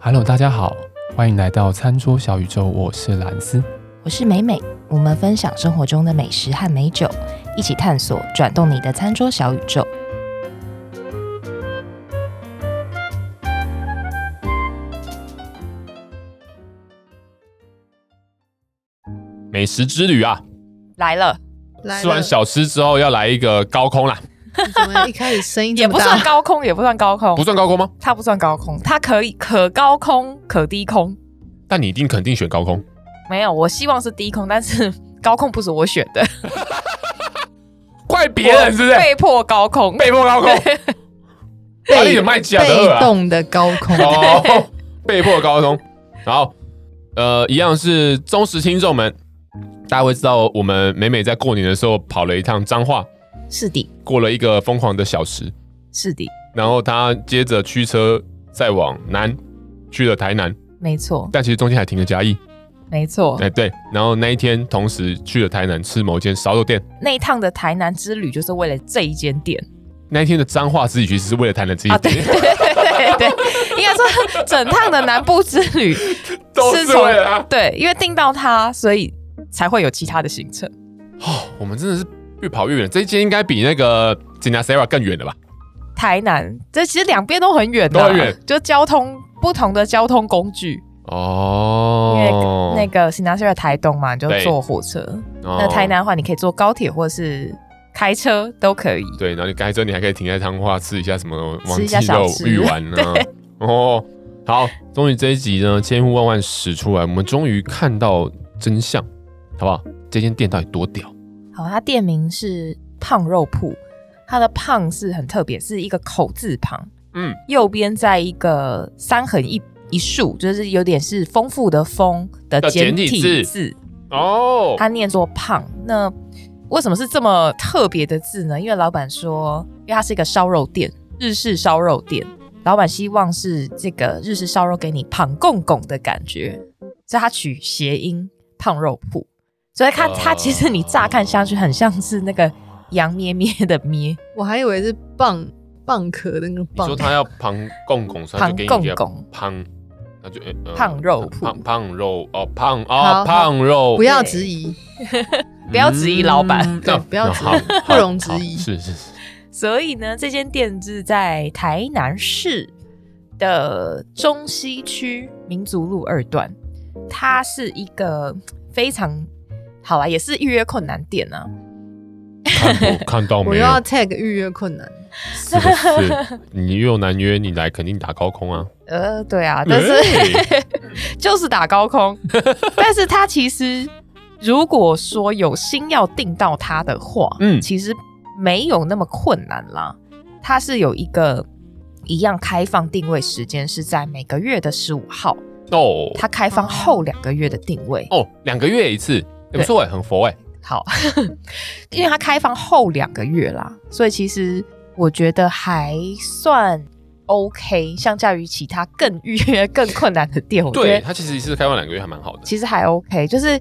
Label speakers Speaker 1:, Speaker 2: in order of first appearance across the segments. Speaker 1: Hello，大家好，欢迎来到餐桌小宇宙，我是蓝斯。
Speaker 2: 我是美美，我们分享生活中的美食和美酒，一起探索转动你的餐桌小宇宙。
Speaker 3: 美食之旅啊！
Speaker 2: 来了，
Speaker 4: 来
Speaker 3: 吃完
Speaker 4: 了
Speaker 3: 小吃之后要来一个高空啦，
Speaker 4: 怎么一开始声音
Speaker 2: 也
Speaker 4: 这
Speaker 2: 不
Speaker 4: 么
Speaker 2: 算
Speaker 4: 大？
Speaker 2: 高空，也不算高
Speaker 4: 哦
Speaker 2: 空
Speaker 3: 不，算高空吗？
Speaker 2: 它不算高空，它可以可高空可低空。
Speaker 3: 但你一定肯定选高空，
Speaker 2: 没有，我希望是低空，但是 高空不是我选的，
Speaker 3: 怪别人是不是
Speaker 2: 我？被迫高空。
Speaker 3: 被迫高 空，哪里有卖假
Speaker 4: 被
Speaker 3: 的啊？
Speaker 4: 动的高空，
Speaker 3: 哦，被迫高空。然后，呃，一样是忠实听众们，大家会知道我们每每在过年的时候跑了一趟彰化，
Speaker 2: 是的，
Speaker 3: 过了一个疯狂的小时，
Speaker 2: 是的，
Speaker 3: 然后他接着驱车再往南去了台南，
Speaker 2: 没错，
Speaker 3: 但其实中间还停了嘉义。
Speaker 2: 没错。
Speaker 3: 哎，对，然后那一天同时去了台南吃某间烧肉店。
Speaker 2: 那一趟的台南之旅就是为了这一间店
Speaker 3: 那一天的脏话自己其实是为了台南自己
Speaker 2: 啊，对 对对对，应该说整趟的南部之旅
Speaker 3: 都是为了啊他。
Speaker 2: 对，因为订到它，所以才会有其他的行程。
Speaker 3: 哦，我们真的是越跑越远，这一间应该比那个警察 Sarah 更远了吧？
Speaker 2: 台南，这其实两边都很远的、
Speaker 3: 都很远，
Speaker 2: 就交通不同的交通工具。因为
Speaker 3: 哦，
Speaker 2: 那个新南线的台东嘛，你就
Speaker 3: 对
Speaker 2: 坐火车；
Speaker 3: 哦
Speaker 2: 那台南的话，你可以坐高铁或者是开车都可以。
Speaker 3: 对，然后你开车你还可以停在彰化吃一下什么
Speaker 2: 吃
Speaker 3: 王
Speaker 2: 一下
Speaker 3: 记
Speaker 2: 小
Speaker 3: 肉
Speaker 2: 吃
Speaker 3: 玉丸 呢、哦，好，终于这一集呢千呼万唤始出来，我们终于看到真相，好不好？这间店到底多屌？
Speaker 2: 好，它店名是胖肉铺，它的胖是很特别，是一个口字旁，
Speaker 3: 嗯，
Speaker 2: 右边在一个三横一一竖，就是有点是丰富的丰的
Speaker 3: 的
Speaker 2: 简
Speaker 3: 简体
Speaker 2: 体
Speaker 3: 字
Speaker 2: 字。
Speaker 3: 哦，
Speaker 2: 他念作胖。那为什么是这么特别的字呢？因为老板说，因为它是一个烧肉店，日式烧肉店，老板希望是这个日式烧肉给你胖公公的感觉，所以他取谐音胖肉铺。所以它
Speaker 3: 哦
Speaker 2: 它其实你乍看下去很像是那个羊咩咩的咩
Speaker 4: 我还以为是蚌蚌壳的那个
Speaker 3: 你说
Speaker 4: 蚌，
Speaker 3: 他要庞公公，所以他
Speaker 2: 胖
Speaker 3: 就给你一
Speaker 2: 公
Speaker 3: 个
Speaker 2: 公，
Speaker 3: 胖，那就、欸呃
Speaker 2: 胖肉铺
Speaker 3: 胖胖肉哦，胖哦
Speaker 4: 好
Speaker 3: 胖肉，
Speaker 4: 不要质疑，
Speaker 2: 不要质疑老板
Speaker 3: 嗯
Speaker 4: 对
Speaker 3: 那
Speaker 4: 不要质疑
Speaker 3: 好
Speaker 4: 不容
Speaker 3: 好
Speaker 4: 置疑
Speaker 3: 是是是，
Speaker 2: 所以呢，这间店是在台南市的中西区民族路二段，它是一个非常好啦，也是预约困难店啊。
Speaker 3: 看过看到
Speaker 4: 我
Speaker 3: 没
Speaker 4: 又
Speaker 3: 有
Speaker 4: 要？tag 预约困难，
Speaker 3: 是不是？你又难约，你来肯定打高空啊！哎
Speaker 2: 呃，对啊，但是、 就是打高空，但是它其实如果说有心要订到它的话，嗯，
Speaker 3: 嗯
Speaker 2: 其实没有那么困难啦。它是有一个一样开放定位时间是在每个月的十五号，
Speaker 3: 哦
Speaker 2: 它开放后两个月的定位。
Speaker 3: 哦，两个月一次，也不错哎，很佛哎。
Speaker 2: 好，因为它开放后两个月啦，所以其实我觉得还算 OK，相较于其他更预约更困难的店，我觉
Speaker 3: 对，
Speaker 2: 得
Speaker 3: 它其实一次开放两个月还蛮好的。
Speaker 2: 其实还 OK。就是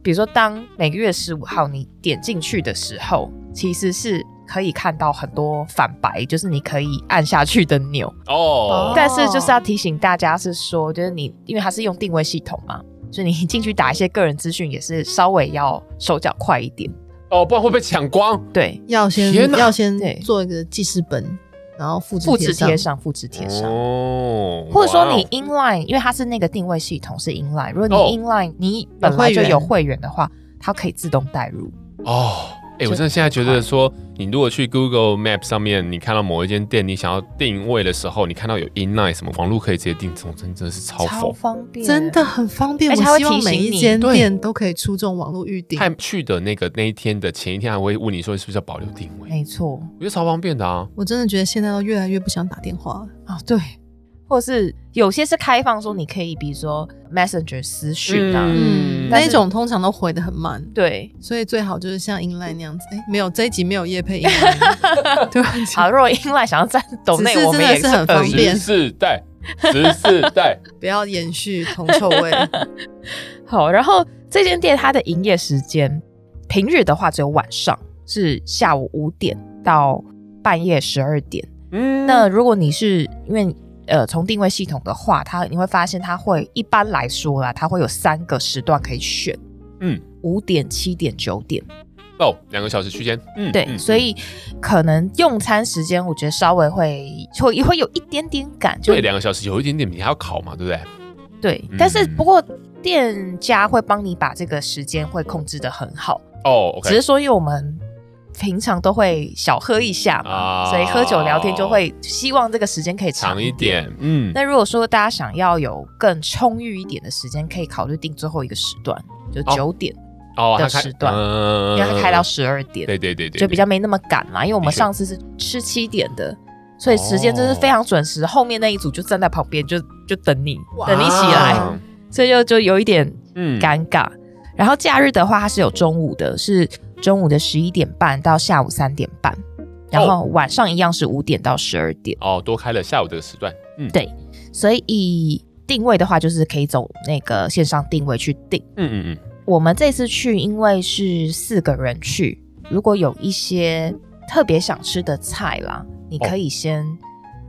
Speaker 2: 比如说，当每个月十五号你点进去的时候，其实是可以看到很多反白，就是你可以按下去的钮。
Speaker 3: 哦
Speaker 4: 哦，
Speaker 2: 但是就是要提醒大家是说，就是你因为它是用定位系统嘛，所以你进去打一些个人资讯也是稍微要手脚快一点。
Speaker 3: 哦，不然会被抢光。
Speaker 2: 对，
Speaker 4: 要先
Speaker 3: 天哪
Speaker 4: 要先
Speaker 2: 对
Speaker 4: 做一个记事本，然后复制
Speaker 2: 复制贴
Speaker 4: 贴上。
Speaker 2: 上，复制贴上。
Speaker 3: 哦，
Speaker 2: 或者说你
Speaker 3: 哇
Speaker 2: inline，因为它是那个定位系统是 inline，如果你
Speaker 3: 哦
Speaker 2: inline，、你本来就有会员的话，它可以自动带入。
Speaker 3: 哦，哎、我真的现在觉得说，你如果去 Google Map 上面，你看到某一间店，你想要定位的时候，你看到有 inline 什么网络可以直接定，这种真的是超
Speaker 2: 超
Speaker 3: 佛。
Speaker 2: 方便，
Speaker 4: 真的。很方便，
Speaker 2: 而且它
Speaker 4: 我
Speaker 2: 会
Speaker 4: 希
Speaker 2: 提
Speaker 4: 望
Speaker 2: 醒
Speaker 4: 每
Speaker 2: 你
Speaker 4: 一间
Speaker 3: 对
Speaker 4: 店都可以出这种网络预订。
Speaker 3: 他去的那个那一天的前一天，还会问你说是不是要保留定位，
Speaker 2: 没错
Speaker 3: 我觉得超方便的啊。
Speaker 4: 我真的觉得现在都越来越不想打电话了。
Speaker 2: 啊、对，或是有些是开放说你可以，比如说 Messenger 私讯啊，
Speaker 3: 嗯
Speaker 4: 嗯，
Speaker 2: 但
Speaker 4: 那
Speaker 2: 是
Speaker 4: 一种通常都回的很慢，
Speaker 2: 对。
Speaker 4: 所以最好就是像 inline 那样子。哎、没有这一集没有叶配 inline，对吧？
Speaker 2: 好，如果 inline 想要站抖内
Speaker 4: 只，是
Speaker 2: 我们
Speaker 4: 真的
Speaker 2: 也
Speaker 4: 是很
Speaker 2: 可
Speaker 4: 方
Speaker 2: 以
Speaker 4: 便
Speaker 3: 十四代，十四代，
Speaker 4: 不要延续铜臭味。
Speaker 2: 好，然后这间店它的营业时间，平日的话只有晚上是下午五点到半夜十二点。
Speaker 3: 嗯
Speaker 2: 那如果你是因为呃从定位系统的话，它你会发现它会一般来说啦，它会有三个时段可以选，
Speaker 3: 嗯，
Speaker 2: 五点、七点、九点，
Speaker 3: 哦，两个小时区间，嗯，
Speaker 2: 对，
Speaker 3: 嗯
Speaker 2: 所以可能用餐时间我觉得稍微会会会有一点点赶，就
Speaker 3: 对两个小时有一点点，你还要烤嘛，对不对？
Speaker 2: 对
Speaker 3: 嗯
Speaker 2: 但是不过店家会帮你把这个时间会控制的很好。
Speaker 3: 哦
Speaker 2: 只是
Speaker 3: ，OK，
Speaker 2: 说因为我们平常都会小喝一下嘛，
Speaker 3: 啊
Speaker 2: 所以喝酒聊天就会希望这个时间可以长
Speaker 3: 长一
Speaker 2: 一点。
Speaker 3: 点，嗯，
Speaker 2: 那如果说大家想要有更充裕一点的时间，可以考虑定最后一个时段，就
Speaker 3: 哦
Speaker 2: 九点，
Speaker 3: 哦，
Speaker 2: 的
Speaker 3: 它开
Speaker 2: 时段
Speaker 3: 嗯
Speaker 2: 因为它开到十二点，
Speaker 3: 对对对对，
Speaker 2: 就比较没那么赶嘛。因为我们
Speaker 3: 的确哦
Speaker 2: 上次是吃七点的，所以时间真是非常准时。后面那一组就站在旁边，就就等你，
Speaker 4: 哇
Speaker 2: 等你起来，
Speaker 3: 啊
Speaker 2: 所以就就有一点
Speaker 3: 嗯
Speaker 2: 尴尬。然后假日的话，它是有中午的，是中午的十一点半到下午三点半，然后晚上一样是五点到十二点。
Speaker 3: 哦，多开了下午这个时段，嗯，
Speaker 2: 对所以定位的话，就是可以走那个线上定位去定。
Speaker 3: 嗯嗯嗯，
Speaker 2: 我们这次去，因为是四个人去，如果有一些特别想吃的菜啦，你可以先、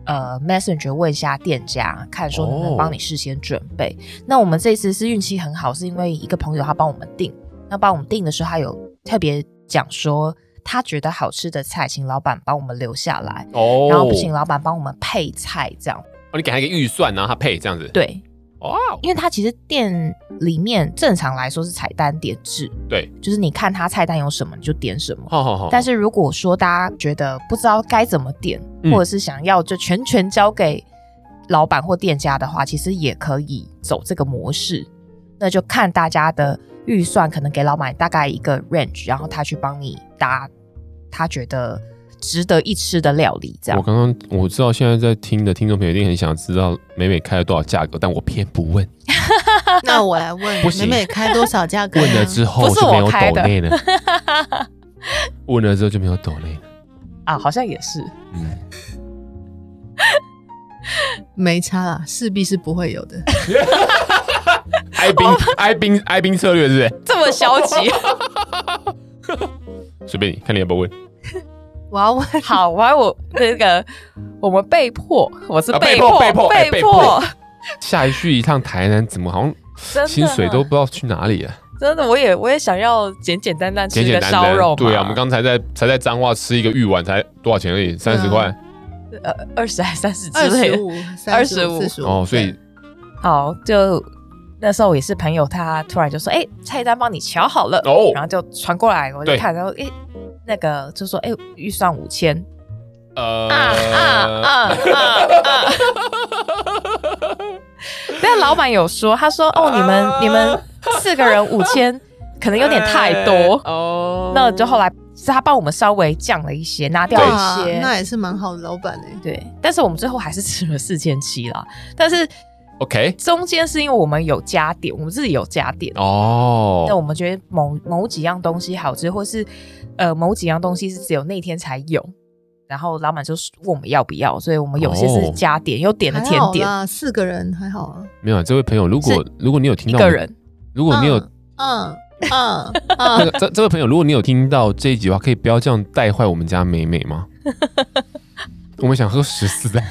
Speaker 2: 呃 Messenger 问一下店家，看说能不能帮你事先准备。那我们这次是运气很好，是因为一个朋友他帮我们订，那帮我们订的时候，他有特别讲说。他觉得好吃的菜，请老板帮我们留下来，
Speaker 3: 哦，
Speaker 2: 然后请老板帮我们配菜，这样
Speaker 3: 哦，你给他一个预算，然后他配这样子，，
Speaker 2: 对，
Speaker 3: 哦，
Speaker 2: 因为它其实店里面正常来说是菜单点制，
Speaker 3: 对，哦
Speaker 2: 就是你看它菜单有什么你就点什么。
Speaker 3: 好好好，
Speaker 2: 但是如果说大家觉得不知道该怎么点，
Speaker 3: 嗯
Speaker 2: 或者是想要就全权交给老板或店家的话，其实也可以走这个模式。那就看大家的预算，可能给老板大概一个 range，然后他去帮你搭他觉得值得一吃的料理，这
Speaker 3: 我
Speaker 2: 样。
Speaker 3: 刚刚我知道现在在听的听众朋友一定很想知道美美开了多少价格，但我偏不 问，
Speaker 4: 那我来问
Speaker 3: 不，行
Speaker 4: 美美开多少价格？
Speaker 3: 问了之后
Speaker 2: 不是
Speaker 3: 就没有
Speaker 2: 我开
Speaker 3: 抖
Speaker 2: 的
Speaker 3: 内了， 问了之后就没有抖 内了，
Speaker 2: 啊，好像也是。
Speaker 3: 嗯，
Speaker 4: 没差啦，势必是不会有的。
Speaker 3: 哀兵哀兵哀兵策略是
Speaker 2: 这么消极。
Speaker 3: 不是？随便你看你要不要问，
Speaker 4: 我要问，
Speaker 2: 好，完我那个我们被迫，我是
Speaker 3: 啊
Speaker 2: 被
Speaker 3: 被
Speaker 2: 迫，
Speaker 3: 迫被迫哎
Speaker 2: 被
Speaker 3: 被
Speaker 2: 迫
Speaker 3: 迫，下一去一趟台南，怎么好像
Speaker 2: 真的
Speaker 3: 薪水都不知道去哪里了？
Speaker 2: 真的，我也我也想要简简单单吃
Speaker 3: 简
Speaker 2: 个
Speaker 3: 简单
Speaker 2: 烧
Speaker 3: 单
Speaker 2: 肉嘛，
Speaker 3: 对啊，我们刚才在才在彰化吃一个玉碗才多少钱而已，三十块
Speaker 2: 呃二十还三十之
Speaker 4: 二
Speaker 2: 类
Speaker 4: 十
Speaker 2: 的。
Speaker 4: 五、
Speaker 2: 25
Speaker 4: 四十五。
Speaker 3: 哦，所以
Speaker 2: 好，就那时候也是朋友，他突然就说：“哎、菜单帮你瞧好了。”
Speaker 3: 哦
Speaker 2: 然后就传过来，我就
Speaker 3: 对
Speaker 2: 看，然后哎、那个就说：“哎、预算五千。”
Speaker 3: 啊呃，
Speaker 2: 但老板有说，他说：“哦，你们你们四个人五千，可能有点太 多。
Speaker 3: 哦
Speaker 2: 那就后来是他帮我们稍微降了一些，拿掉一
Speaker 4: 哇
Speaker 2: 些。
Speaker 4: 那也是蛮好的老板哎、
Speaker 2: 对，但是我们最后还是吃了四千七啦。但是
Speaker 3: OK
Speaker 2: 中间是因为我们有加点，我们自己有加点。
Speaker 3: 哦
Speaker 2: 那我们觉得某某几样东西好吃，或是呃某几样东西是只有那天才有，然后老板就问我们要不要，所以我们有些是
Speaker 3: 哦
Speaker 2: 加点，又点了
Speaker 4: 还
Speaker 2: 甜
Speaker 4: 好
Speaker 3: 啊
Speaker 2: 点，
Speaker 4: 啦，四个人还好啊。
Speaker 3: 没有，这位朋友，如果如果你有听
Speaker 2: 一
Speaker 3: 到我
Speaker 2: 个
Speaker 3: 们，
Speaker 2: 人
Speaker 3: 如果你有、
Speaker 4: 嗯嗯
Speaker 3: 那
Speaker 4: 嗯，
Speaker 3: 个这这位朋友，如果你有听到这一集的话，可以不要这样带坏我们家美美 吗？我们想喝十四 代，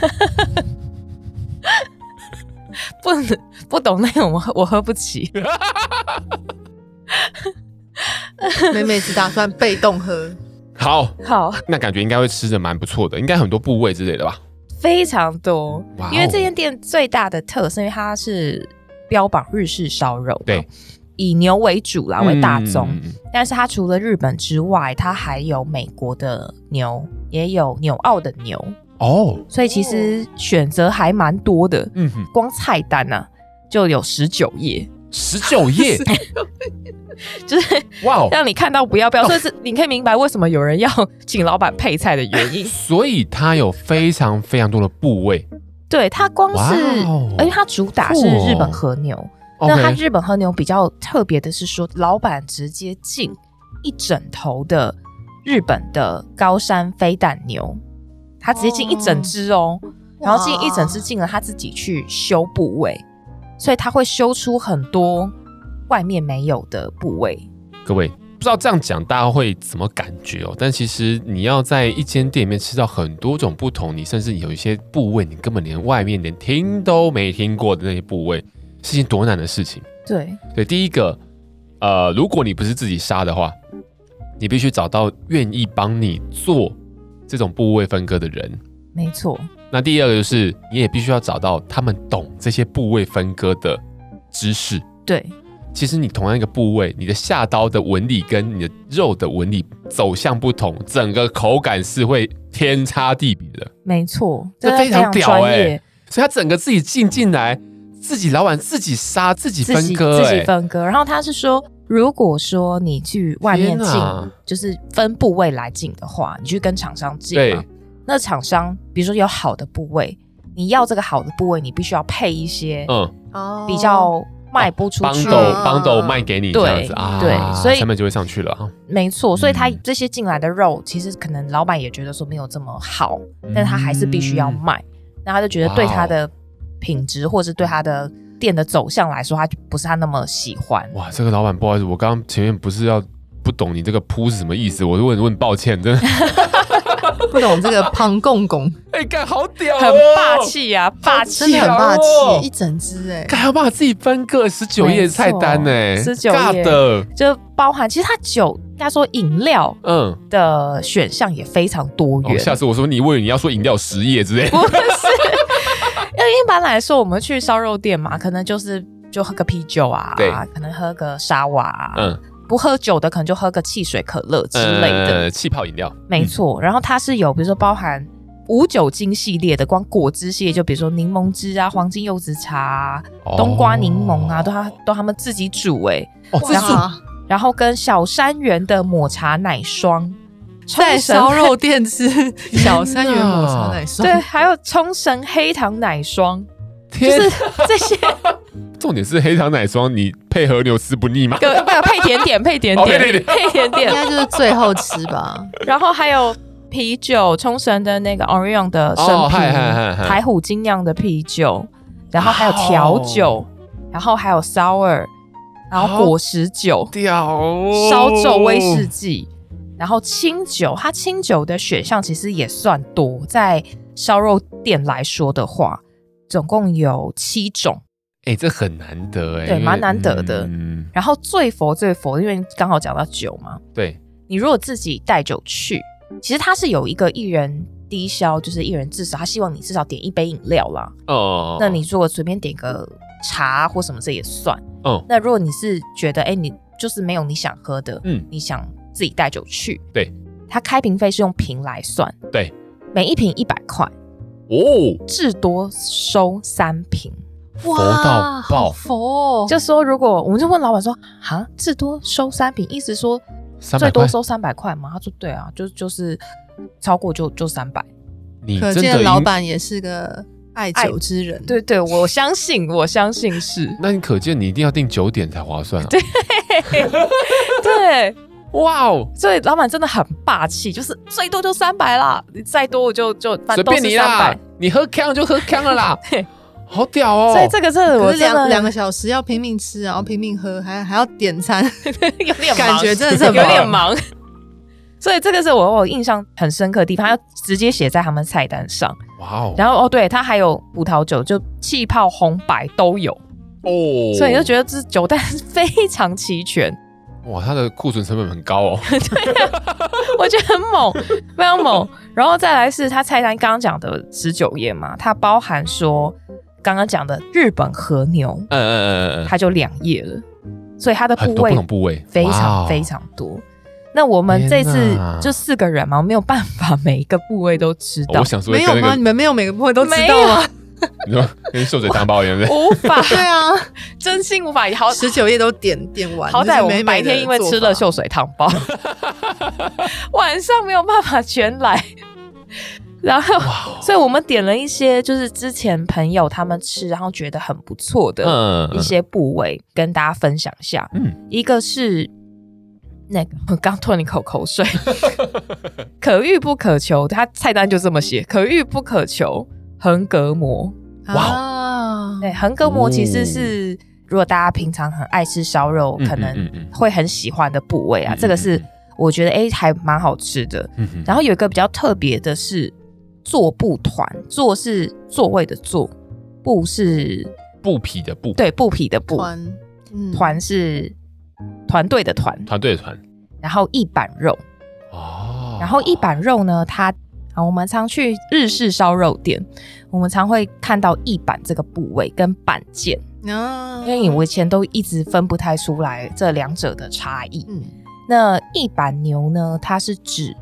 Speaker 2: 不能不懂那种我喝我喝不起，
Speaker 4: 美美嗯只打算被动喝，
Speaker 3: 好，
Speaker 2: 好，
Speaker 3: 那感觉应该会吃的蛮不错的，应该很多部位之类的吧？
Speaker 2: 非常多
Speaker 3: 哇哦，
Speaker 2: 因为这间店最大的特色，因为它是标榜日式烧肉，
Speaker 3: 对，
Speaker 2: 以牛为主啦，为大宗。
Speaker 3: 嗯
Speaker 2: 但是它除了日本之外，它还有美国的牛，也有纽澳的牛，
Speaker 3: 哦，
Speaker 2: 所以其实选择还蛮多的。
Speaker 3: 嗯哼，
Speaker 2: 光菜单啊，就有十九页，
Speaker 3: 十九页，
Speaker 2: 就是
Speaker 3: 哇 哦！。
Speaker 2: 让你看到不要不要，所以是你可以明白为什么有人要 请老板配菜的原因
Speaker 3: 所以它有非常非常多的部位。
Speaker 2: 对，它光是
Speaker 3: 哇哦，
Speaker 2: 而且它主打是
Speaker 3: 酷哦
Speaker 2: 日本和牛。那它
Speaker 3: OK，
Speaker 2: 日本和牛比较特别的是说，老板直接进一整头的日本的高山飞蛋牛，他直接进一整只哦，然后进一整只进了，他自己去修部位，所以他会修出很多外面没有的部位。
Speaker 3: 各位知道这样讲大家会怎么感觉哦。但其实你要在一间店里面吃到很多种不同，你甚至有一些部位你根本连外面连听都没听过的那些部位，是件多难的事情。
Speaker 2: 对，
Speaker 3: 对，第一个，呃，如果你不是自己杀的话，你必须找到愿意帮你做这种部位分割的人。
Speaker 2: 没错，
Speaker 3: 那第二个就是，你也必须要找到他们懂这些部位分割的知识。
Speaker 2: 对，
Speaker 3: 其实你同样一个部位，你的下刀的纹理跟你的肉的纹理走向不同，整个口感是会天差地别的。
Speaker 2: 没错，
Speaker 3: 这
Speaker 2: 真的
Speaker 3: 非常屌
Speaker 2: 专
Speaker 3: 欸
Speaker 2: 业，
Speaker 3: 所以他整个自己进进来，自己老板自己杀自己
Speaker 2: 自
Speaker 3: 分
Speaker 2: 己
Speaker 3: 割、
Speaker 2: 自己
Speaker 3: 欸，
Speaker 2: 分割。然后他是说，如果说你去外面
Speaker 3: 天
Speaker 2: 进
Speaker 3: 哪，
Speaker 2: 就是分部位来进的话，你去跟厂商进啊
Speaker 3: 对
Speaker 2: 嘛，那厂商比如说有好的部位，你要这个好的部位，你必须要配一些
Speaker 3: 嗯，
Speaker 4: 哦
Speaker 2: 比较卖不出
Speaker 3: 帮
Speaker 2: 去
Speaker 3: 斗
Speaker 2: 的
Speaker 4: 嗯
Speaker 3: 帮斗卖给你这样子
Speaker 2: 对
Speaker 3: 啊，
Speaker 2: 对所以
Speaker 3: 成本就会上去了啊。
Speaker 2: 没错，所以他
Speaker 3: 嗯
Speaker 2: 这些进来的肉，其实可能老板也觉得说没有这么好，但他还是必须要
Speaker 3: 嗯哦
Speaker 2: 卖。那他就觉得对他的品质或者对他的店的走向来说，他就不是他那么喜欢。
Speaker 3: 哇，这个老板不好意思，我刚刚前面不是要不懂你这个铺是什么意思，我就问问抱歉， 真的。
Speaker 4: 不懂这个庞公公，
Speaker 3: 哎、干好屌、哦，
Speaker 2: 很霸，气呀、啊，霸
Speaker 4: 真
Speaker 2: 气
Speaker 4: 的很
Speaker 2: 哦！
Speaker 4: 霸
Speaker 3: 哦
Speaker 4: 气，一整只哎、
Speaker 3: 干还要帮我自己分割十九页菜单呢、
Speaker 2: 没错19页
Speaker 3: 尬的，
Speaker 2: 就包含其实它酒，应该说饮料
Speaker 3: 嗯。
Speaker 2: 的选项也非常多
Speaker 3: 哦
Speaker 2: 元。
Speaker 3: 下次我说你问你要说饮料十页之类，
Speaker 2: 不是，因为一般来说，我们去烧肉店嘛，可能就是就喝个啤酒啊
Speaker 3: 对，
Speaker 2: 可能喝个沙瓦、啊，
Speaker 3: 嗯，
Speaker 2: 不喝酒的可能就喝个汽水、可乐之类的，
Speaker 3: 呃嗯气泡饮料，
Speaker 2: 没错。然后它是有，比如说包含无酒精系列的，光果汁系列，就比如说柠檬汁啊、黄金柚子茶、啊、
Speaker 3: 哦
Speaker 2: 冬瓜柠檬啊，都他都他们自己煮哎、
Speaker 3: 哦，
Speaker 4: 哇
Speaker 3: 这是
Speaker 2: 然后跟小山园的抹茶奶霜，
Speaker 4: 在
Speaker 2: 冲绳
Speaker 4: 烧肉店吃小三元抹茶奶
Speaker 2: 对，
Speaker 4: 霜，
Speaker 2: 还有冲绳黑糖奶霜，就
Speaker 3: 天
Speaker 2: 是，这些
Speaker 3: 重点是黑糖奶霜，你配和牛吃不腻吗？
Speaker 2: 个没有呃配甜点，配甜
Speaker 3: 哦配甜点
Speaker 2: 点，配甜
Speaker 4: 应
Speaker 2: 点，
Speaker 4: 该就是最后吃吧。
Speaker 2: 然后还有啤酒，冲绳的那个 Orion 的生
Speaker 3: 哦
Speaker 2: 啤，
Speaker 3: 嗨嗨嗨哦嗨
Speaker 2: 台虎精酿的啤酒，然后还有调酒，然后还有 sour，然后果实酒、
Speaker 3: 屌哦
Speaker 2: 烧酒、威士忌，然后清酒。它清酒的选项其实也算多，在烧肉店来说的话，总共有七种。
Speaker 3: 哎、这很难得哎、
Speaker 2: 对
Speaker 3: 因为
Speaker 2: 蛮难得的
Speaker 3: 嗯，
Speaker 2: 然后最佛最佛，因为刚好讲到酒嘛，
Speaker 3: 对，
Speaker 2: 你如果自己带酒去，其实它是有一个一人低消，就是一人至少他希望你至少点一杯饮料啦。
Speaker 3: 哦，
Speaker 2: 那你如果随便点个茶或什么这也算。
Speaker 3: 嗯
Speaker 2: 那如果你是觉得哎、诶你就是没有你想喝的，
Speaker 3: 嗯
Speaker 2: 你想自己带酒去，
Speaker 3: 对，
Speaker 2: 它开瓶费是用瓶来算，
Speaker 3: 对，
Speaker 2: 每一瓶一百块，
Speaker 3: 哦，
Speaker 2: 至多收三瓶。
Speaker 3: 佛到
Speaker 4: 好
Speaker 3: 爆，
Speaker 4: 佛哦，
Speaker 2: 就说如果我们就问老板说啊，至多收三瓶，意思说
Speaker 3: 三
Speaker 2: 最
Speaker 3: 百块
Speaker 2: 多，收三百块吗？他说对啊，就就是超过就就三百。
Speaker 3: 你
Speaker 4: 可
Speaker 3: 真的
Speaker 4: 见老
Speaker 3: 赢。
Speaker 4: 板也是个爱酒之人。，
Speaker 2: 对对，我相信，我相信是
Speaker 3: 那你可见你一定要定九点才划算啊！对，
Speaker 2: 对。
Speaker 3: 哇哦，
Speaker 2: 所以老板真的很霸气，就是最多就三百啦，你再多我就就 反
Speaker 3: 随
Speaker 2: 正都
Speaker 3: 便
Speaker 2: 是
Speaker 3: 你
Speaker 2: 三
Speaker 3: 啦
Speaker 2: 百。，
Speaker 3: 你喝康就喝康了啦
Speaker 2: 对，
Speaker 3: 好屌哦！
Speaker 2: 所以这个真的嗯
Speaker 4: 可
Speaker 2: 我
Speaker 4: 是
Speaker 2: 真
Speaker 4: 两
Speaker 2: 的
Speaker 4: 两个小时要拼命吃，然后拼命喝，还还要点餐，
Speaker 2: 有点忙
Speaker 4: 感觉真的是很
Speaker 2: 有点
Speaker 4: 忙
Speaker 2: 忙。 所以这个是我我印象很深刻的地方，他直接写在他们菜单上。
Speaker 3: 哇哦，
Speaker 2: 然后哦，对，它还有葡萄酒，就气泡、红白都有，
Speaker 3: 哦，
Speaker 2: 所以你就觉得这酒单非常齐全。
Speaker 3: 哇，它的库存成本很高 哦。
Speaker 2: 我觉得很猛，非常猛。然后再来是它菜单刚刚讲的十九页嘛，它包含说刚刚讲的日本和牛，
Speaker 3: 嗯嗯嗯嗯
Speaker 2: 它就两页了，所以它的
Speaker 3: 嗯，
Speaker 2: 部
Speaker 3: 很多不
Speaker 2: 位
Speaker 3: 同部位，
Speaker 2: 非
Speaker 3: 哇
Speaker 2: 常
Speaker 3: 哦
Speaker 2: 非常多。那我们这次
Speaker 3: 天哪
Speaker 2: 就四个人嘛，我没有办法每一个部位都知
Speaker 3: 哦
Speaker 2: 道
Speaker 3: 我，想说
Speaker 4: 没有
Speaker 3: 跟那
Speaker 4: 吗？
Speaker 3: 个
Speaker 4: 你们没有每个部位都知道啊吗？
Speaker 3: 你说跟秀水汤包一样，对不 对
Speaker 2: 无法，
Speaker 4: 对啊，
Speaker 2: 真心无法。好，
Speaker 4: 十九页都点点完，
Speaker 2: 好
Speaker 4: 这
Speaker 2: 歹
Speaker 4: 是
Speaker 2: 我
Speaker 4: 美
Speaker 2: 们
Speaker 4: 美
Speaker 2: 白
Speaker 4: 的
Speaker 2: 天因为吃了
Speaker 4: 做
Speaker 2: 秀水汤 包，晚上没有办法全来。 然后，
Speaker 3: 哦
Speaker 2: 所以我们点了一些就是之前朋友他们吃，然后觉得很不错的
Speaker 3: 嗯，
Speaker 2: 一些部位，跟大家分享一下。
Speaker 3: 嗯，
Speaker 2: 一个是那个，我刚吞了一口口水， 可遇不可求，它菜单就这么写，可遇不可求。横膈膜，
Speaker 4: 法
Speaker 3: 哇
Speaker 4: 啊，
Speaker 2: 对，横膈膜其实是、
Speaker 5: 如果大家平常很爱吃烧肉，
Speaker 3: 哦嗯
Speaker 5: 可能
Speaker 3: 嗯嗯
Speaker 5: 会很喜欢的部位啊，
Speaker 3: 嗯
Speaker 5: 这个是我觉得诶还蛮好吃的。
Speaker 3: 嗯嗯
Speaker 5: 然后有一个比较特别的是座布团，座是座位的座，布是
Speaker 3: 布匹的布，
Speaker 5: 对布匹的布，
Speaker 4: 团，嗯
Speaker 5: 团是团队的团，
Speaker 3: 团队的团
Speaker 5: 然后一板肉，
Speaker 3: 哦
Speaker 5: 然后一板肉呢，它啊，我们常去日式烧肉店，我们常会看到一板这个部位跟板腱，
Speaker 4: 啊
Speaker 5: 因为我以前都一直分不太出来这两者的差异。
Speaker 4: 嗯
Speaker 5: 那一板牛呢，它是指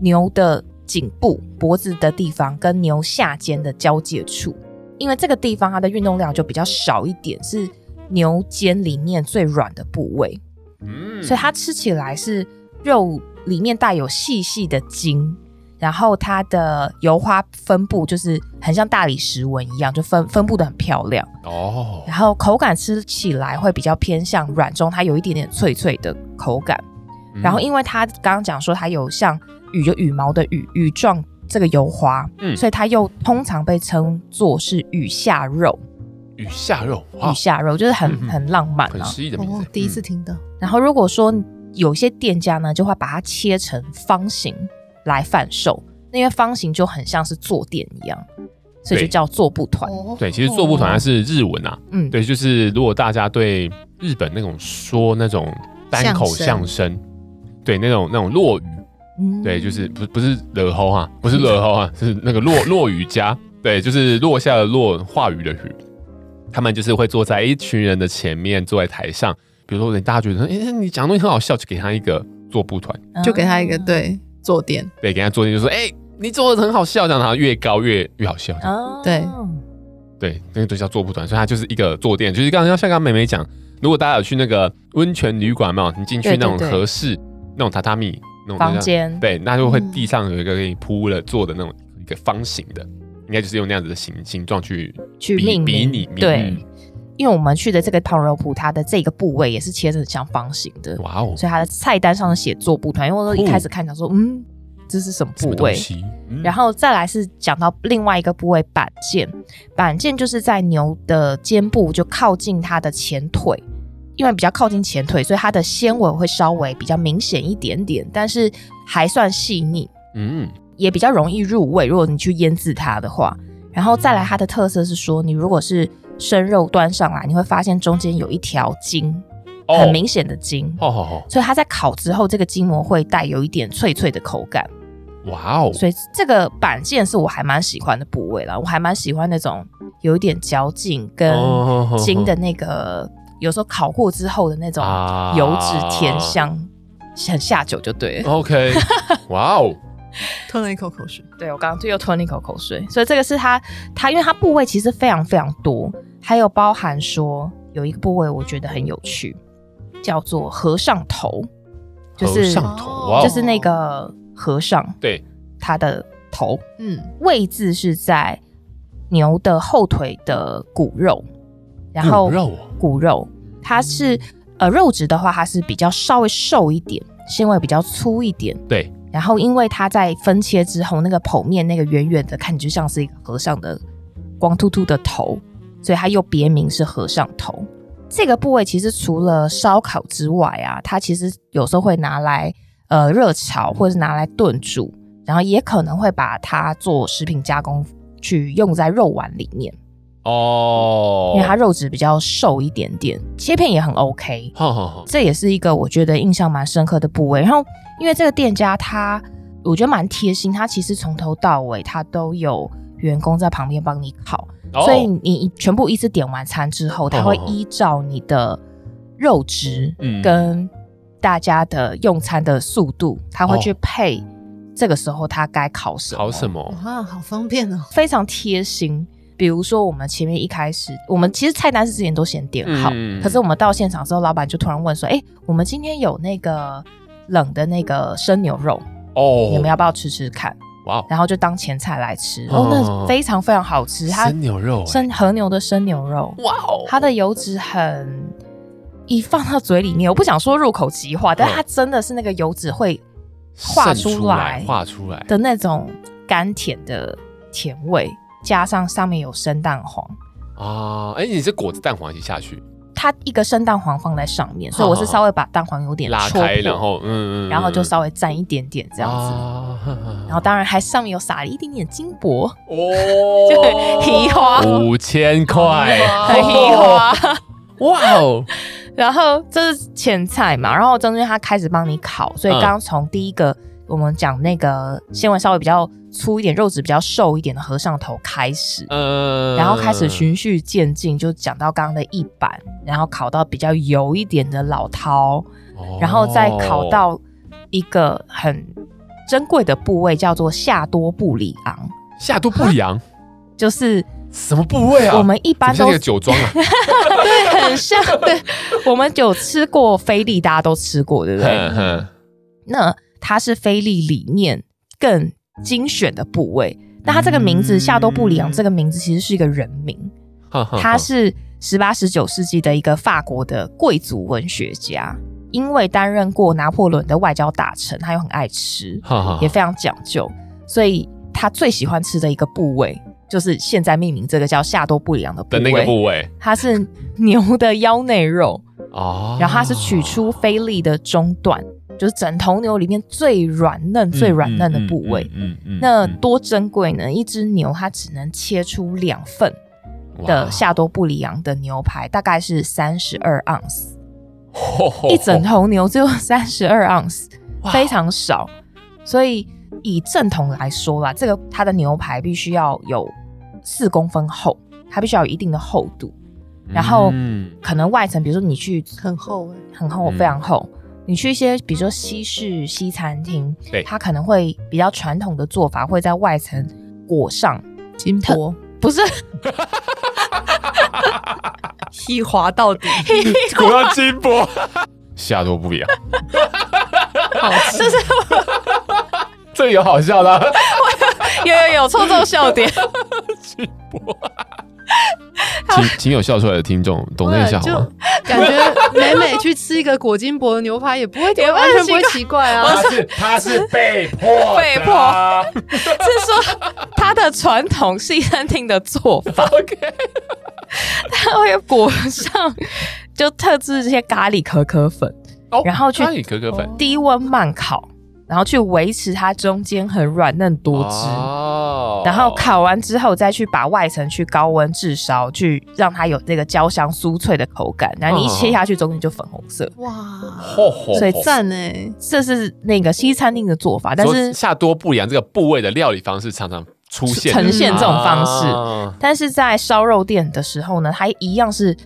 Speaker 5: 牛的颈部、脖子的地方跟牛下肩的交界处，因为这个地方它的运动量就比较少一点，是牛肩里面最软的部位，
Speaker 3: 嗯
Speaker 5: 所以它吃起来是肉里面带有细细的筋。然后它的油花分布就是很像大理石纹一样，就分分布的很漂亮。
Speaker 3: 哦
Speaker 5: 然后口感吃起来会比较偏向软中，它有一点点脆脆的口感。
Speaker 3: 嗯
Speaker 5: 然后因为它刚刚讲说它有像羽有羽毛的羽羽状这个油花，
Speaker 3: 嗯
Speaker 5: 所以它又通常被称作是羽下肉，
Speaker 3: 雨下肉
Speaker 5: 羽
Speaker 3: 哇，
Speaker 5: 下肉就是很、
Speaker 3: 嗯嗯
Speaker 5: 很浪漫
Speaker 3: 很
Speaker 5: 啊。
Speaker 3: 诗意的名
Speaker 4: 哦
Speaker 3: 字，，
Speaker 4: 第一次听到，
Speaker 5: 然后如果说有些店家呢，就会把它切成方形来贩售，那因为方形就很像是坐垫一样，所以就
Speaker 3: 对
Speaker 5: 叫坐布团。
Speaker 4: 哦
Speaker 3: 嗯。对，其实做布团它是日文啊，
Speaker 5: 嗯，
Speaker 3: 对，就是如果大家对日本那种说那种单口相
Speaker 4: 相
Speaker 3: 声，对那种那种落语，
Speaker 5: 嗯
Speaker 3: 对，就是不不是惹吼啊，不是惹吼啊，是那个落落雨家，对，就是落下的落，话语的语，他们就是会坐在一群人的前面，坐在台上，比如说大家觉得，哎、你讲的东西很好笑，就给他一个做布团。
Speaker 4: 就给他一
Speaker 2: 嗯
Speaker 4: 个
Speaker 5: 啊
Speaker 4: 对坐垫，
Speaker 3: 对，给他做就说，哎、你做的很好笑，这样他越高越越好笑。
Speaker 5: 哦
Speaker 4: 对
Speaker 3: 对，那个就叫做不团，所以它就是一个坐垫，就是刚刚像刚刚美美讲，如果大家有去那个温泉旅馆嘛，你进去
Speaker 5: 对
Speaker 3: 那种
Speaker 5: 对对
Speaker 3: 合适那种榻榻米那种
Speaker 5: 房，间
Speaker 3: 那叫对，那就会
Speaker 4: 嗯
Speaker 3: 地上有一个给你铺了做的那种一个方形的，应该就是用那样子的形形状去
Speaker 5: 去
Speaker 3: 比
Speaker 5: 命名
Speaker 3: 比拟，比
Speaker 5: 对
Speaker 3: 拟
Speaker 5: 因为我们去的这个胖肉铺，它的这个部位也是切成像方形的，
Speaker 3: 哇哦，
Speaker 5: 所以它的菜单上写做布团。因为我一开始看想说，嗯，这是什么
Speaker 3: 什
Speaker 5: 部
Speaker 3: 么东
Speaker 5: 位？
Speaker 3: 西？嗯
Speaker 5: 然
Speaker 3: 后
Speaker 5: 后再来是讲到另外一个部位板腱，板腱就是在牛的肩部就靠近它的前腿，因为比较靠近前腿，所以它的纤维会稍微比较明显一点点，但是还算细腻，
Speaker 3: 嗯，
Speaker 5: 也比较容易入味。如果你去腌制它的话，然后再来它的特色是说，你如果是生肉端上来，你会发现中间有一条筋，
Speaker 3: 哦
Speaker 5: 很明显的筋，
Speaker 3: 哦哦
Speaker 5: 所以它在烤之后，这个筋膜会带有一点脆脆的口感。
Speaker 3: 哦，哇哦，
Speaker 5: 所以这个板腱是我还蛮喜欢的部位啦，我还蛮喜欢那种有一点嚼劲跟
Speaker 3: 哦哦
Speaker 5: 筋的那个，有时候烤过之后的那种
Speaker 3: 啊
Speaker 5: 油脂甜香，很下酒就对了。
Speaker 3: OK，哇哦，
Speaker 4: 吞了一口口水，
Speaker 5: 对我刚刚就又吞了一口口水，所以这个是它它，因为它部位其实非常非常多，还有包含说有一个部位我觉得很有趣，叫做和尚头，就是
Speaker 3: 和尚头，哇哦，
Speaker 5: 就是那个和尚
Speaker 3: 对，
Speaker 5: 他的头，
Speaker 4: 嗯，
Speaker 5: 位置是在牛的后腿的骨肉，然后
Speaker 3: 骨肉哦
Speaker 5: 骨肉它是呃肉质的话，它是比较稍微瘦一点，纤维比较粗一点。
Speaker 3: 对，
Speaker 5: 然后因为它在分切之后，那个剖面那个圆圆的，看起来就像是一个和尚的光秃秃的头，所以它又别名是和尚头。这个部位其实除了烧烤之外啊，它其实有时候会拿来呃热炒，或者是拿来炖煮，然后也可能会把它做食品加工去用在肉丸里面，
Speaker 3: 哦，
Speaker 5: 因为它肉质比较瘦一点点，切片也很 OK。
Speaker 3: 好好好，
Speaker 5: 这也是一个我觉得印象蛮深刻的部位。然后，因为这个店家他，我觉得蛮贴心，他其实从头到尾他都有员工在旁边帮你烤，
Speaker 3: 哦
Speaker 5: 所以你全部一次点完餐之后，他会依照你的肉质
Speaker 3: 嗯
Speaker 5: 跟大家的用餐的速度，他
Speaker 3: 哦
Speaker 5: 会去配这个时候他该烤什么，
Speaker 3: 吵什么？
Speaker 4: 哇，好方便哦，
Speaker 5: 非常贴心。比如说，我们前面一开始，我们其实菜单是之前都先点好，
Speaker 3: 嗯
Speaker 5: 可是我们到现场之后，老板就突然问说：“哎、我们今天有那个冷的那个生牛肉，
Speaker 3: 哦，
Speaker 5: 你们要不要吃吃看
Speaker 3: 哇？”哦，
Speaker 5: 然后就当前菜来吃，
Speaker 3: 哦
Speaker 5: 哦，那非常非常好吃，它
Speaker 3: 生牛肉，
Speaker 5: 生和牛的生牛肉，
Speaker 3: 哇哦，
Speaker 5: 它的油脂很一放到嘴里面，我不想说入口即化，但
Speaker 3: 嗯
Speaker 5: 它真的是那个油脂会画
Speaker 3: 渗
Speaker 5: 出
Speaker 3: 出
Speaker 5: 来
Speaker 3: 画出来，
Speaker 5: 的那种甘甜的甜味，加上上面有生蛋黄，
Speaker 3: 啊，哎，你这果子蛋黄一起下去，
Speaker 2: 它一个生蛋黄放在上面，所以我
Speaker 3: 嗯
Speaker 2: 是稍微把蛋黄有点
Speaker 3: 拉
Speaker 2: 戳破
Speaker 3: 开，然后嗯，嗯哦啊
Speaker 2: 然后就稍微蘸一点点这样子。 然后当然还上面有撒了一点点金 箔，
Speaker 3: 哦，
Speaker 2: 提花，
Speaker 3: 五千块，
Speaker 2: 提花。
Speaker 3: 哇 哦，
Speaker 2: 然后这是前菜嘛，然后中间他开始帮你烤，所以刚刚从第一个、我们讲那个纤维稍微比较粗一点、肉质比较瘦一点的和尚头开始，
Speaker 3: 嗯
Speaker 2: 呃然后开始循序渐进，就讲到刚刚的一板，然后烤到比较油一点的老饕，
Speaker 3: 哦，
Speaker 2: 然后再烤到一个很珍贵的部位，叫做夏多布里昂，
Speaker 3: 下肚不良，
Speaker 2: 就是
Speaker 3: 什么部位啊？
Speaker 2: 啊我们一般
Speaker 3: 怎么像那
Speaker 2: 都
Speaker 3: 个酒庄啊，
Speaker 2: 对很像，对，我们有吃过菲力，大家都吃过， 对不对？
Speaker 3: 哼哼
Speaker 2: 那它是菲力里面更精选的部位。那它这个名字
Speaker 3: 嗯
Speaker 2: 夏多布里昂这个名字其实是一个人名，
Speaker 3: 哼哼
Speaker 2: 他是十八、十九世纪的一个法国的贵族文学家，因为担任过拿破仑的外交大臣，他又很爱吃，
Speaker 3: 哼哼
Speaker 2: 也非常讲究，所以他最喜欢吃的一个部位就是现在命名这个叫夏多布里昂的部
Speaker 3: 的那个
Speaker 2: 位，
Speaker 3: 部位
Speaker 2: 它是牛的腰内肉。
Speaker 3: 哦，
Speaker 2: 然后它是取出菲力的中段，就是整头牛里面最软嫩、最软嫩的部位。
Speaker 3: 嗯嗯嗯嗯嗯
Speaker 2: 那多珍贵呢！一只牛它只能切出两份的夏多布里昂的牛排，大概是三十二盎司，
Speaker 3: 哇
Speaker 2: 一整头牛只有三十二盎司，
Speaker 3: 哇
Speaker 2: 非常少。所以以正统来说啦，这个它的牛排必须要有四公分厚，它必须要有一定的厚度，然后
Speaker 3: 嗯
Speaker 2: 可能外层，比如说你去
Speaker 4: 很厚哎、
Speaker 2: 很厚，
Speaker 3: 嗯
Speaker 2: 非常厚。你去一些比如说西式西餐厅
Speaker 3: 对，
Speaker 2: 它可能会比较传统的做法，会在外层裹上，
Speaker 4: 金箔
Speaker 2: 不 是
Speaker 4: 一滑到底，
Speaker 3: 果要金箔， 下多不良，
Speaker 4: 好吃。
Speaker 3: 这个有好笑的啊，
Speaker 2: 有有有戳中笑 点，
Speaker 3: 请请有笑出来的听众懂那一下好吗？
Speaker 4: 感觉每每去吃一个果金箔的牛排也不会，
Speaker 2: 也不会
Speaker 4: 完全不会奇怪啊。
Speaker 3: 是他是被迫
Speaker 2: 被
Speaker 3: 迫
Speaker 2: 是说它的传统西餐厅的做 法，
Speaker 3: ，OK，
Speaker 2: 它会裹上就特制这些咖喱可可粉，
Speaker 3: 哦
Speaker 2: 然后去
Speaker 3: 咖喱可可粉
Speaker 2: 低温慢烤，然后去维持它中间很软嫩多汁。
Speaker 3: 哦
Speaker 2: 然后烤完之后，再去把外层去高温炙烧，去让它有这个焦香酥脆的口感。然后你
Speaker 3: 嗯
Speaker 2: 一切下去，中间就粉红色。
Speaker 4: 哇，
Speaker 3: 吼吼
Speaker 2: 所以
Speaker 3: 吼
Speaker 4: 赞哎！
Speaker 2: 这是那个西餐厅的做法，但
Speaker 3: 说
Speaker 2: 是
Speaker 3: 下多不良这个部位的料理方式常常出现
Speaker 2: 呈现这种方式。
Speaker 3: 啊
Speaker 2: 但是在烧肉店的时候呢，它一样是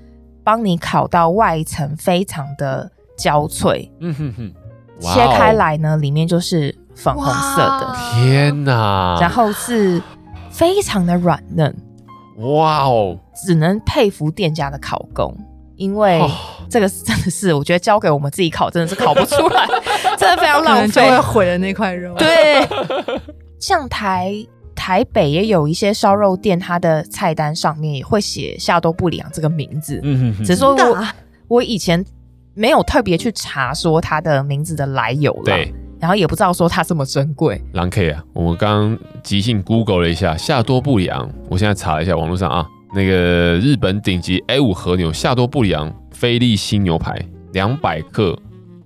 Speaker 2: 帮你烤到外层非常的焦脆，
Speaker 3: 嗯哼哼，哇哦
Speaker 2: 切开，来呢，里面就是粉红色的，
Speaker 4: 哇
Speaker 3: 天哪！
Speaker 2: 然后是非常的软嫩，
Speaker 3: 哇哦，
Speaker 2: 只能佩服店家的烤工，因为。
Speaker 3: 哦
Speaker 2: 这个真的是，我觉得交给我们自己烤，真的是烤不出来，真的非常
Speaker 4: 可
Speaker 2: 浪
Speaker 4: 能就
Speaker 2: 费
Speaker 4: 会。毁了那块肉。，
Speaker 2: 对， 像台台北也有一些烧肉店，它的菜单上面也会写夏多布里昂这个名字，
Speaker 3: 嗯哼哼
Speaker 2: 只是说
Speaker 4: 真的
Speaker 2: 我
Speaker 4: 啊
Speaker 2: 我以前没有特别去查说它的名字的来由啦，
Speaker 3: 对，
Speaker 2: 然后也不知道说它这么珍贵，
Speaker 3: 狼 K 啊，我们刚刚即兴 Google 了一下夏多布里昂，我现在查了一下网络上啊，那个日本顶级 A 五和牛夏多布里昂菲力新牛排两百克，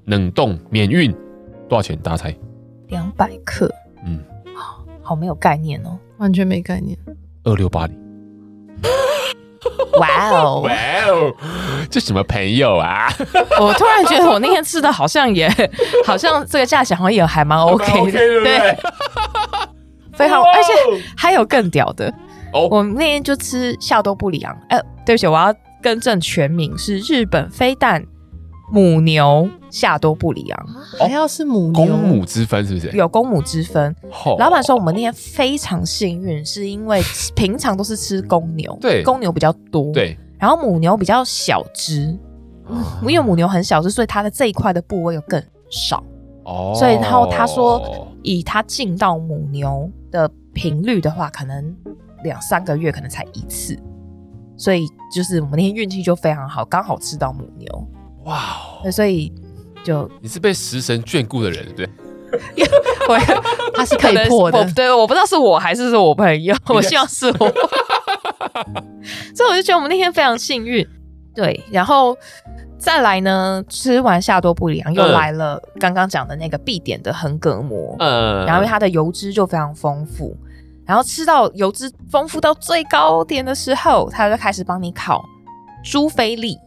Speaker 3: 冷冻免运，多少钱？大家猜？
Speaker 2: 两百克，
Speaker 3: 嗯，
Speaker 2: 好没有概念哦，
Speaker 4: 完全没概念。
Speaker 3: 二六八零。
Speaker 2: 哇哦
Speaker 3: 哇！哦，这什么朋友 啊？
Speaker 2: 我突然觉得我那天吃的好像也， 好像这个价钱好像也还蛮 OK 的，
Speaker 3: 对不对？
Speaker 2: 非常，
Speaker 3: 哇哦
Speaker 2: 而且还有更屌的，
Speaker 3: 哦
Speaker 2: 我那天就吃夏多布里昂，呃，对不起，我要更正全名是日本飞蛋母牛夏多布里昂，
Speaker 4: 还要是母牛，
Speaker 3: 公母之分是不是？
Speaker 2: 有公嗯母之分。
Speaker 3: 吼
Speaker 2: 老板说我们那天非常幸运，是因为平常都是吃公牛，
Speaker 3: 嗯对
Speaker 2: 公牛比较多，，
Speaker 3: 对，
Speaker 2: 然后母牛比较小只，
Speaker 3: 哦
Speaker 2: 因为母牛很小只，所以它的这一块的部位又更少，
Speaker 3: 哦
Speaker 2: 所以然后他说以它进到母牛的频率的话，可能两三个月可能才一次，所以就是我们那天运气就非常好，刚好吃到母牛，
Speaker 3: 哇哦，
Speaker 2: 对所以就
Speaker 3: 你是被食神眷顾的人，对不对？
Speaker 2: 我
Speaker 4: 它是可以破
Speaker 2: 我
Speaker 4: 的。
Speaker 2: 对，我不知道是我还是是 我朋友，我希望是我，所以我就觉得我们那天非常幸运。对，然后再来呢，吃完夏多布里昂又
Speaker 3: 嗯
Speaker 2: 来了刚刚讲的那个必点的横膈膜，
Speaker 3: 呃，
Speaker 2: 然后因为它的油脂就非常丰富，然后吃到油脂丰富到最高点的时候，它就开始帮你烤猪菲力，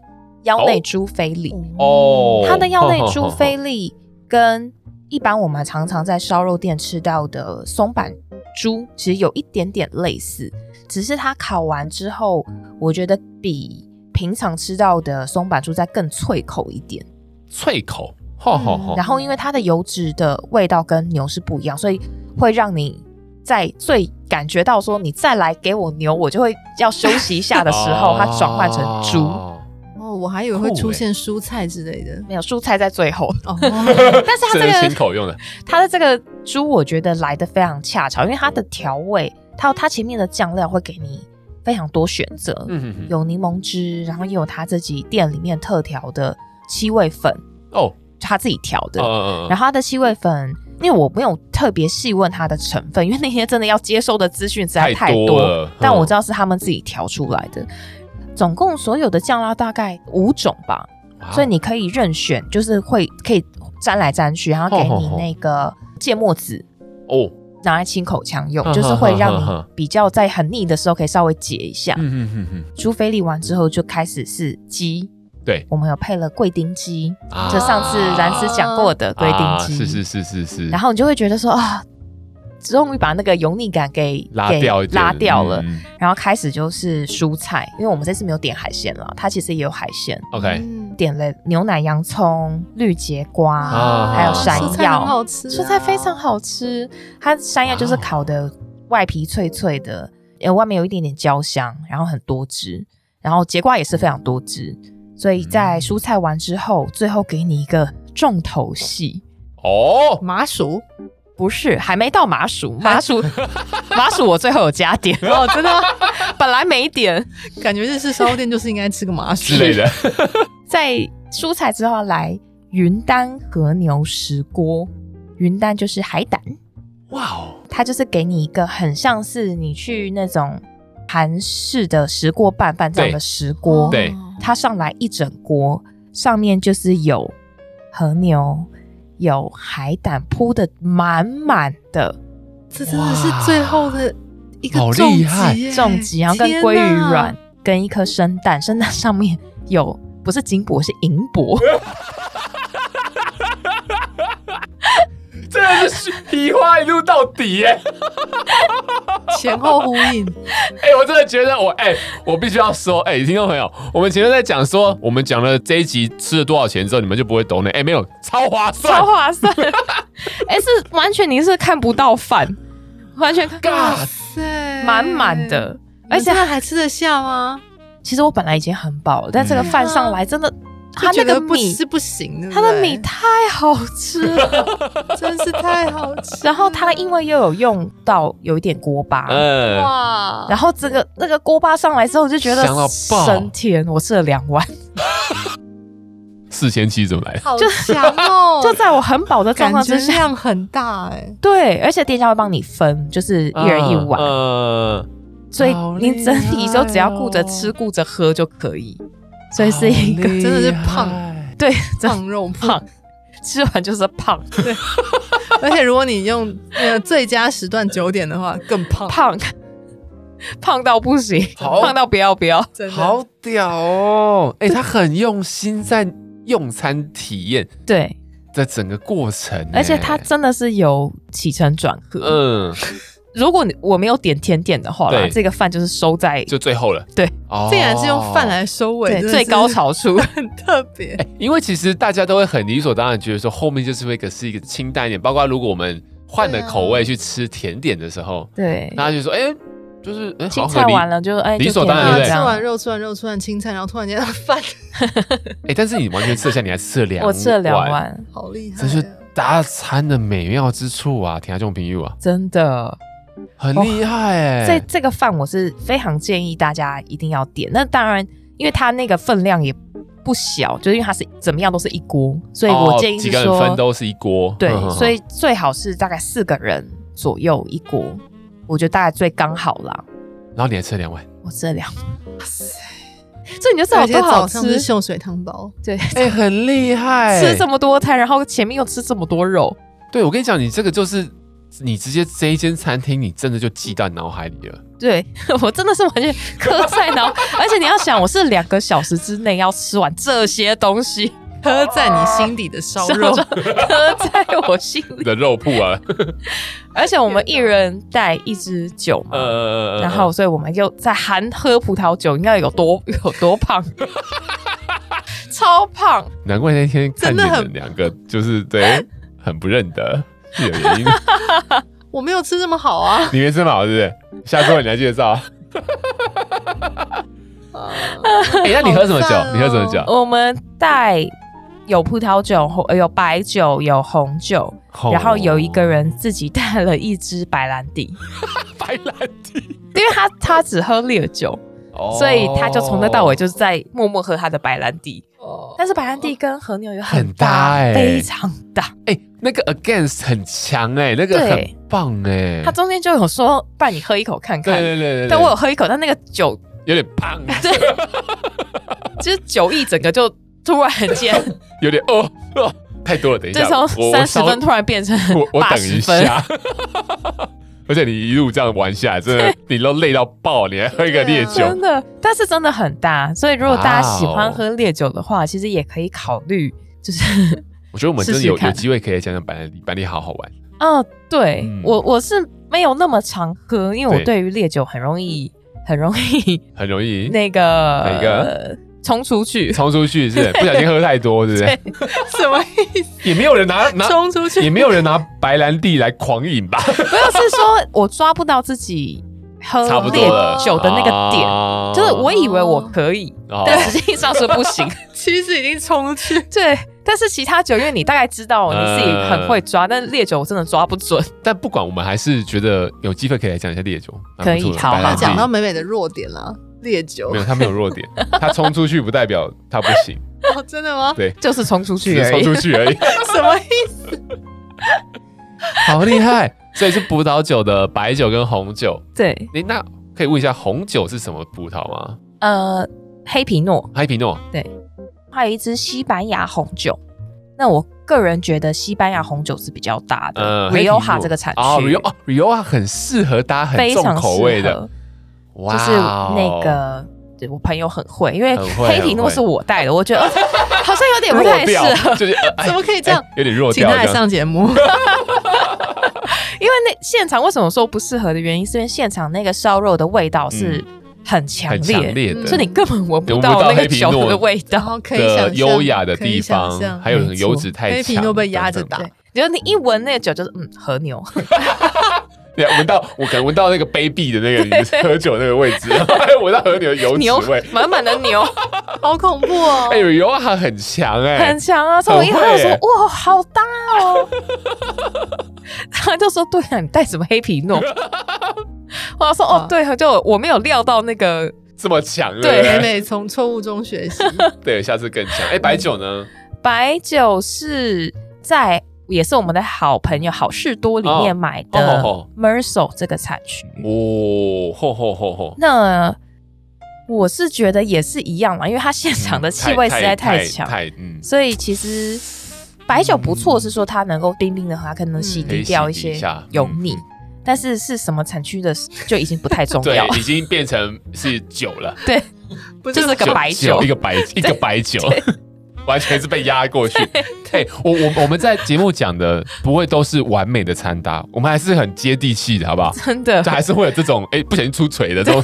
Speaker 2: 腰内猪菲力，
Speaker 4: 嗯
Speaker 3: 哦，
Speaker 2: 它的 腰内猪菲
Speaker 3: 呵呵呵
Speaker 2: 力跟一般我们常常在烧肉店吃到的松板猪其实有一点点类似，只是它烤完之后，我觉得比平常吃到的松板猪再更脆口一点。
Speaker 3: 哦脆口，吼吼
Speaker 4: 嗯
Speaker 3: 吼
Speaker 2: 然，后因为它的油脂的味道跟牛是不一样，所以会让你在最感觉到说你再来给我牛，我就会要休息一下的 时候，它转换成猪。
Speaker 3: 哦
Speaker 4: 哦，我还以为会
Speaker 3: 酷
Speaker 4: 出
Speaker 3: 欸
Speaker 4: 现蔬菜之类的。
Speaker 2: 没有蔬菜在最后，
Speaker 4: 哦，
Speaker 2: 但是它
Speaker 3: 这
Speaker 2: 这
Speaker 3: 是
Speaker 2: 个
Speaker 3: 清口用的，
Speaker 2: 它的这个猪，我觉得来的非常恰巧，因为它的调味，它它前面的酱料会给你非常多选择，
Speaker 3: 嗯哼哼
Speaker 2: 有柠檬汁，然后也有它自己店里面特调的七味粉，
Speaker 3: 哦，
Speaker 2: 它自己调的。
Speaker 3: 呃
Speaker 2: 然后它的七味粉，因为我没有特别细问它的成分，因为那天真的要接受的资讯实在太
Speaker 3: 太多了嗯
Speaker 2: 但我知道是他们自己调出来的。总共所有的酱料大概五种吧，
Speaker 3: 哇哦
Speaker 2: 所以你可以任选，就是会可以沾来沾去，然后给
Speaker 3: 吼
Speaker 2: 你
Speaker 3: 吼吼
Speaker 2: 那个芥末籽
Speaker 3: 哦，
Speaker 2: 拿来清口腔用，
Speaker 3: 哼
Speaker 2: 就是会让
Speaker 3: 哼哼
Speaker 2: 你
Speaker 3: 嗯哼
Speaker 2: 比较在很腻的时候可以稍微解一下。
Speaker 3: 嗯哼哼哼，
Speaker 2: 猪菲力完之后就开始是鸡，
Speaker 3: 对，
Speaker 2: 我们有配了贵丁鸡，
Speaker 3: 啊
Speaker 2: 就上次然思讲过的贵丁
Speaker 3: 啊
Speaker 2: 鸡，
Speaker 3: 是是是是是，
Speaker 2: 然后你就会觉得说啊，终于把那个油腻感给
Speaker 3: 拉
Speaker 2: 给
Speaker 3: 掉一点
Speaker 2: 拉掉了。
Speaker 3: 嗯
Speaker 2: 然后开始就是蔬菜，因为我们这次没有点海鲜了，它其实也有海鲜，
Speaker 3: OK，
Speaker 4: 嗯
Speaker 2: 点了牛奶洋葱、绿节瓜，
Speaker 3: 啊还有山
Speaker 4: 蔬菜
Speaker 2: 药
Speaker 4: 很好吃啊，
Speaker 2: 蔬菜非常好吃。它山药就是烤的外皮脆脆的，呃，外面有一点点焦香，然后很多汁，然后节瓜也是非常多汁。所以在蔬菜完之后，最后给你一个重头戏。
Speaker 3: 哦，
Speaker 4: 麻薯
Speaker 2: 不是，还没到麻薯，麻 薯，麻薯我最后有加点哦，真的吗， 本来没点，
Speaker 4: 感觉日式烧肉店就是应该吃个麻薯
Speaker 3: 之类 的，
Speaker 2: 在蔬菜之后来云丹和牛石锅，云丹就是海胆，
Speaker 3: 哇哦，
Speaker 2: 它就是给你一个很像是你去那种韩式的石锅拌饭这样的石
Speaker 4: 哦
Speaker 2: 锅，
Speaker 3: 对
Speaker 2: 它上来一整锅，上面就是有和牛，有海胆铺的满满的，
Speaker 4: 这真的是最后的一个
Speaker 3: 好
Speaker 4: 重
Speaker 3: 厉
Speaker 4: 击
Speaker 3: 害
Speaker 4: 耶
Speaker 2: 重疾，然后跟鲑
Speaker 4: 天
Speaker 2: 鱼
Speaker 4: 哪
Speaker 2: 卵跟一颗生蛋，生蛋上面有不是金箔是银箔，
Speaker 3: 真的是皮花一路到底耶！
Speaker 4: 前后呼应，
Speaker 3: 哎、我真的觉得我哎、我必须要说哎、听众朋友，我们前面在讲说，我们讲了这一集吃了多少钱之后，你们就不会懂了。哎、没有，超划算
Speaker 2: 超划算。哎、是完全你是看不到饭，完全看
Speaker 3: ，God，
Speaker 4: 对，
Speaker 2: 满满，的。而
Speaker 4: 而
Speaker 2: 且
Speaker 4: 且还吃得下吗？
Speaker 2: 其实我本来已经很饱了，但这个饭上来真的，它
Speaker 4: 就觉
Speaker 2: 那
Speaker 4: 得
Speaker 2: 个
Speaker 4: 不
Speaker 2: 米
Speaker 4: 吃，不行，欸对不
Speaker 2: 它的
Speaker 4: 对
Speaker 2: 米太好吃了。
Speaker 4: 真是太好吃了，
Speaker 2: 然后它因为又有用到有一点锅巴，
Speaker 3: 嗯、
Speaker 4: 哇，
Speaker 2: 然后这个那个锅巴上来之后，我就觉得
Speaker 3: 香到爆
Speaker 2: 升天，我吃了两碗。
Speaker 3: 四千七怎么来的？
Speaker 4: 好强哦，
Speaker 2: 就在我很饱的状
Speaker 4: 感
Speaker 2: 况
Speaker 4: 觉
Speaker 2: 之下，
Speaker 4: 量很大哎，
Speaker 2: 对，而且店家会帮你分，就是一人一碗，
Speaker 3: 嗯
Speaker 2: 所以你整体就只要
Speaker 3: 好厉害哦
Speaker 2: 顾着吃、顾着喝就可以。所以是一个
Speaker 3: 好厉害
Speaker 4: 真的是 胖
Speaker 2: 对，真
Speaker 4: 胖肉铺
Speaker 2: 胖，吃完就是 胖
Speaker 4: 而且如果你用那个最佳时段九点 的话，更胖，
Speaker 2: 胖胖到不行，
Speaker 3: 好
Speaker 2: 胖到不要不要。
Speaker 4: 真的
Speaker 3: 好屌哦！哎、他很用心在用餐体验
Speaker 2: 对，
Speaker 3: 的整个过程、
Speaker 2: 而且它
Speaker 3: 哎
Speaker 2: 真的是有起承转合。
Speaker 3: 嗯，
Speaker 2: 如果你我没有点甜点的话啦，
Speaker 3: 对
Speaker 2: 这个饭就是收在
Speaker 3: 就最后了。
Speaker 2: 对，
Speaker 3: 哦
Speaker 4: 竟然是用饭来收尾，
Speaker 2: 对
Speaker 4: 真的
Speaker 2: 最
Speaker 4: 是
Speaker 2: 高潮处。
Speaker 4: 很特别。
Speaker 3: 哎因为其实大家都会很理所当然觉得说后面就是会个是一个清淡一点，包括如果我们换了口味去吃甜点的时候，
Speaker 2: 对，
Speaker 3: 大家就说哎、就是哎、
Speaker 2: 嗯青
Speaker 3: 好
Speaker 2: 菜
Speaker 3: 合理
Speaker 2: 完了就哎，
Speaker 3: 理
Speaker 2: 就
Speaker 3: 所
Speaker 2: 甜
Speaker 3: 当然
Speaker 2: 点
Speaker 3: 对不对
Speaker 2: 这
Speaker 4: 吃
Speaker 2: 样
Speaker 4: 完肉，吃完肉，吃完青菜，然后突然间 饭，
Speaker 3: 哎、但是你完全吃得下，你还吃了两，
Speaker 2: 我吃了两，碗。
Speaker 4: 好厉害
Speaker 3: 这
Speaker 4: 啊！
Speaker 3: 就是大餐的美妙之处啊！听下这种评语啊，
Speaker 2: 真的，
Speaker 3: 很
Speaker 2: 哦
Speaker 3: 厉害哎、
Speaker 2: 这这个饭我是非常建议大家一定要点。那当然，因为它那个分量也不小，就是因为它是怎么样都是一锅，所以我建
Speaker 3: 哦、
Speaker 2: 议是
Speaker 3: 几个人
Speaker 2: 说，
Speaker 3: 分都是一锅，嗯
Speaker 2: 对
Speaker 3: 呵呵，呵
Speaker 2: 所以最好是大概四个人左右一锅，我觉得大概最刚好啦。
Speaker 3: 然后你还吃了两碗，
Speaker 2: 我吃了两，所以你就知道
Speaker 4: 而
Speaker 2: 有
Speaker 4: 且
Speaker 2: 多好
Speaker 4: 早
Speaker 2: 吃
Speaker 4: 上。是秀水汤包，
Speaker 2: 对，
Speaker 3: 哎、很厉害，
Speaker 2: 吃这么多菜，然后前面又吃这么多肉，
Speaker 3: 对我跟你讲，你这个就是你直接这一间餐厅，你真的就记到脑海里了。
Speaker 2: 对 我真的是完全刻在 脑，而且你要想，我是两个小时之内要吃完这些东西，
Speaker 4: 刻在你心底的 烧
Speaker 2: 然
Speaker 4: 肉
Speaker 2: 后，就刻在我心
Speaker 3: 你
Speaker 2: 里。
Speaker 3: 的肉铺啊，
Speaker 2: 而且我们一人带一支酒嘛，
Speaker 3: 呃，
Speaker 2: 然后所以我们就在含喝葡萄酒，你知道有多 有多 胖，超胖。
Speaker 3: 难怪那天看
Speaker 4: 真
Speaker 3: 你
Speaker 4: 的
Speaker 3: 们
Speaker 4: 很
Speaker 3: 两个 就是对很不认得，是有原因。
Speaker 4: 我没有吃这么好啊。
Speaker 3: 你没吃饱是不是？下周你来介绍。 哎、 那你喝什么酒？
Speaker 4: 好赞哦
Speaker 3: 你喝什么酒？
Speaker 2: 我们带有葡萄酒、红呃有白酒、有红酒，
Speaker 3: 哦
Speaker 2: 然后有一个人自己带了一支白兰地，
Speaker 3: 白兰地，
Speaker 2: 因为他他只喝烈酒，所以他就从头到尾就是在默默喝他的白兰地。但是白兰地跟和牛有
Speaker 3: 很
Speaker 2: 大，
Speaker 3: 搭欸
Speaker 2: 非常大。
Speaker 3: 哎、那个 against 很强哎、那个
Speaker 2: 对
Speaker 3: 很棒哎、
Speaker 2: 他中间就有说，不然你喝一口看
Speaker 3: 对
Speaker 2: 看。
Speaker 3: 对对对对，
Speaker 2: 但我有喝一口，但那个酒
Speaker 3: 有点胖，
Speaker 2: 就是酒意，整个就突然间，
Speaker 3: 有点哦哦， 太多 了，等一
Speaker 2: 就
Speaker 3: 下，
Speaker 2: 从
Speaker 3: 我
Speaker 2: 三十分突然变成
Speaker 3: 我我
Speaker 2: 八
Speaker 3: 等
Speaker 2: 十
Speaker 3: 一
Speaker 2: 分。
Speaker 3: 下。 而且你一路这样玩下来，真的你都累到爆，你还喝一个烈酒
Speaker 4: 对啊，
Speaker 2: 真的，但是真的很大，所以如果大家喜
Speaker 3: 哇哦
Speaker 2: 欢喝烈酒的话，其实也可以考虑，就是
Speaker 3: 我觉得我们真的有
Speaker 2: 试试看
Speaker 3: 有机会可以讲讲白兰地，白兰地好好玩。
Speaker 2: 哦，对、
Speaker 3: 嗯
Speaker 2: 我我是没有那么常喝，因为我
Speaker 3: 对
Speaker 2: 对于烈酒很容易很容易
Speaker 3: 很容易
Speaker 2: 那个
Speaker 3: 哪个
Speaker 2: 冲出去，
Speaker 3: 冲出去，是不是不小心喝太多，是不是？
Speaker 4: 什 么
Speaker 3: 也没有人拿拿，
Speaker 4: 冲出去？
Speaker 3: 也没有人拿白兰地来狂饮吧？
Speaker 2: 没有是说我抓不到自己喝
Speaker 3: 差不多
Speaker 2: 哦烈
Speaker 3: 了，
Speaker 2: 酒的那个点。
Speaker 3: 啊
Speaker 2: 就是我以为我可以，
Speaker 3: 哦
Speaker 2: 但实际上是不 行。
Speaker 4: 其实已经冲出去，
Speaker 2: 对，但是其他酒，因为你大概知
Speaker 3: 嗯
Speaker 2: 道你自己很会抓，但烈酒我真的抓不准。
Speaker 3: 但不管，我们还是觉得有机会可以来讲一下烈酒，蛮不错的
Speaker 2: 可以好
Speaker 3: 白兰
Speaker 4: 好
Speaker 3: 地
Speaker 4: 讲到美美的弱点啦，烈酒
Speaker 3: 没。有，他没有弱点， 他冲出去不代表他不行，
Speaker 4: 哦，真的吗？
Speaker 3: 对，
Speaker 2: 就是冲出
Speaker 3: 只
Speaker 2: 去
Speaker 3: 是
Speaker 2: 而
Speaker 3: 冲
Speaker 2: 已。
Speaker 3: 出去而 已，
Speaker 4: 什 么意思？
Speaker 3: 好厉害！所以是葡萄酒的白酒跟红酒，
Speaker 2: 对，
Speaker 3: 诶，那可以问一下红酒是什么葡萄吗？
Speaker 2: 呃，黑皮诺
Speaker 3: 黑皮诺，
Speaker 2: 还有一支西班牙红酒。那我个人觉得西班牙红酒是比较大的
Speaker 3: 呃黑皮诺
Speaker 2: ，Rioja 这个产区、
Speaker 3: 哦，Rio 哦，Rioja 很适合搭很
Speaker 2: 非
Speaker 3: 重
Speaker 2: 常
Speaker 3: 口
Speaker 2: 适
Speaker 3: 味的
Speaker 2: 合，，
Speaker 3: 哇
Speaker 2: 就是
Speaker 3: 哦
Speaker 2: 那个。对我朋友很会，因为
Speaker 3: 很会
Speaker 2: 黑皮诺
Speaker 3: 很会
Speaker 2: 是我带的，我觉得、呃好像有点不
Speaker 3: 弱
Speaker 2: 太
Speaker 3: 掉
Speaker 2: 适合，
Speaker 3: 就是 呃哎
Speaker 4: 怎么可以这样？
Speaker 3: 哎有点弱
Speaker 4: 请
Speaker 3: 掉
Speaker 4: 他来
Speaker 3: 这样。
Speaker 4: 上 节目。
Speaker 2: 因为那现场为什么说不适合的原因，是因为现场那个烧肉的味道是很强
Speaker 3: 嗯很
Speaker 2: 烈，
Speaker 3: 强烈的，
Speaker 4: 嗯
Speaker 2: 所以你根本闻不
Speaker 3: 闻不到
Speaker 2: 到那
Speaker 3: 黑
Speaker 2: 个
Speaker 3: 皮
Speaker 2: 酒
Speaker 3: 诺
Speaker 2: 的味
Speaker 4: 然
Speaker 2: 道。
Speaker 4: 后可以想
Speaker 3: 的
Speaker 4: 象
Speaker 3: 优雅的
Speaker 4: 可以
Speaker 3: 地
Speaker 4: 想
Speaker 3: 方，
Speaker 4: 象
Speaker 3: 还有油脂太
Speaker 4: 黑皮
Speaker 3: 强，
Speaker 4: 诺被压着
Speaker 3: 等等
Speaker 4: 打
Speaker 2: 对， 就是你一闻那个酒，就是嗯和 牛，
Speaker 3: 对，啊闻到我可能闻到那个卑鄙的那个你喝酒那个位置，还有闻到和牛的油
Speaker 2: 牛
Speaker 3: 脂味。
Speaker 2: 满满的牛，
Speaker 4: 好恐怖哦
Speaker 3: 哎，！油还很强 哎
Speaker 2: 很，强啊！所以我一喝
Speaker 3: 很
Speaker 2: 我
Speaker 3: 会
Speaker 2: 说
Speaker 3: 耶
Speaker 2: 哇好大哦， 他就说对啊，你带什么黑皮诺？ 我说哦
Speaker 4: 啊
Speaker 2: 对，就我没有料到那个
Speaker 3: 这么强
Speaker 2: 对
Speaker 3: 不
Speaker 4: 美美从错误中 学习，
Speaker 3: 对，下次更强。哎，白酒呢？
Speaker 2: 白酒是在也是我们的好朋友好事多里面买
Speaker 3: 哦
Speaker 2: 的
Speaker 3: 哦
Speaker 2: Merso 这个产区。
Speaker 3: 哦，吼吼吼吼，
Speaker 2: 那我是觉得也是一样嘛，因为它现场的气味实在太强，
Speaker 3: 嗯太嗯，
Speaker 2: 所以其实白酒不错，是说它能够冰冰的话，可能洗
Speaker 3: 可以洗
Speaker 2: 涤掉一
Speaker 3: 涤一
Speaker 2: 些
Speaker 3: 下
Speaker 2: 油腻
Speaker 3: 嗯。
Speaker 2: 但是是什么产区的，就已经不太重
Speaker 3: 对
Speaker 2: 要。，
Speaker 3: 已经变成是酒了，
Speaker 2: 对，
Speaker 4: 不
Speaker 2: 就是个白酒
Speaker 3: 一个白一个白酒， 完全是被压过去。对，我我我们在节目讲的不会都是完美的餐搭，我们还是很接地气的，好不 好？
Speaker 2: 真的
Speaker 3: 就，还是会有这种哎、不小心出锤的这种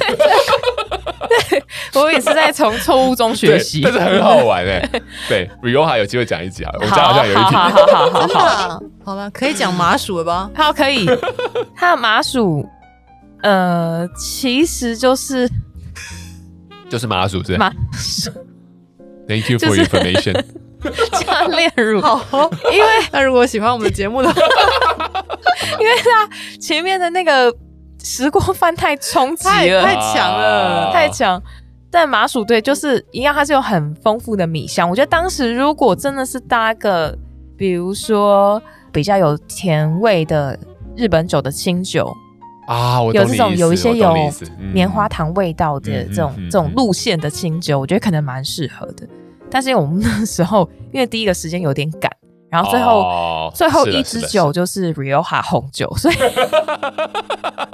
Speaker 2: 我也是在从错误中学
Speaker 3: 对，
Speaker 2: 习。
Speaker 3: 但是很好玩 哎、对，Rioja 有机会讲一集啊，我们家好像有一
Speaker 2: 好
Speaker 3: 集
Speaker 2: 好好好好
Speaker 4: 真的
Speaker 2: 好。
Speaker 4: 啊好了，可以讲麻薯了吧？
Speaker 2: 好，可 以。它的麻薯，呃，其实就是
Speaker 3: 就是麻薯是
Speaker 2: 麻薯
Speaker 3: Thank you
Speaker 2: 就
Speaker 3: for
Speaker 2: 是
Speaker 3: information。
Speaker 2: 加炼 乳，
Speaker 4: 好，
Speaker 2: 因为
Speaker 4: 那如果喜欢我们的节目的话，
Speaker 2: 因为它前面的那个石锅饭 太冲击
Speaker 4: 太
Speaker 2: 了，呃
Speaker 4: 太强
Speaker 3: 啊
Speaker 4: 了，
Speaker 2: 太强。但麻薯对，就是一样，它是有很丰富的米香。我觉得当时如果真的是搭个，比如说比较有甜味的日本酒的清酒，
Speaker 3: 啊，我
Speaker 2: 有
Speaker 3: 懂
Speaker 2: 这
Speaker 3: 你
Speaker 2: 种
Speaker 3: 意
Speaker 2: 有一
Speaker 3: 思
Speaker 2: 些
Speaker 3: 我懂你
Speaker 2: 有
Speaker 3: 意思嗯
Speaker 2: 棉花糖味道的
Speaker 3: 嗯
Speaker 2: 这种、
Speaker 3: 嗯嗯
Speaker 2: 这种路线的清酒，我觉得可能蛮适合的。但是因为我们那时候因为第一个时间有点赶，然后最后、
Speaker 3: 哦
Speaker 2: 最后
Speaker 3: 是的
Speaker 2: 一
Speaker 3: 是
Speaker 2: 支
Speaker 3: 的
Speaker 2: 酒就是 Rioja 红 酒，所以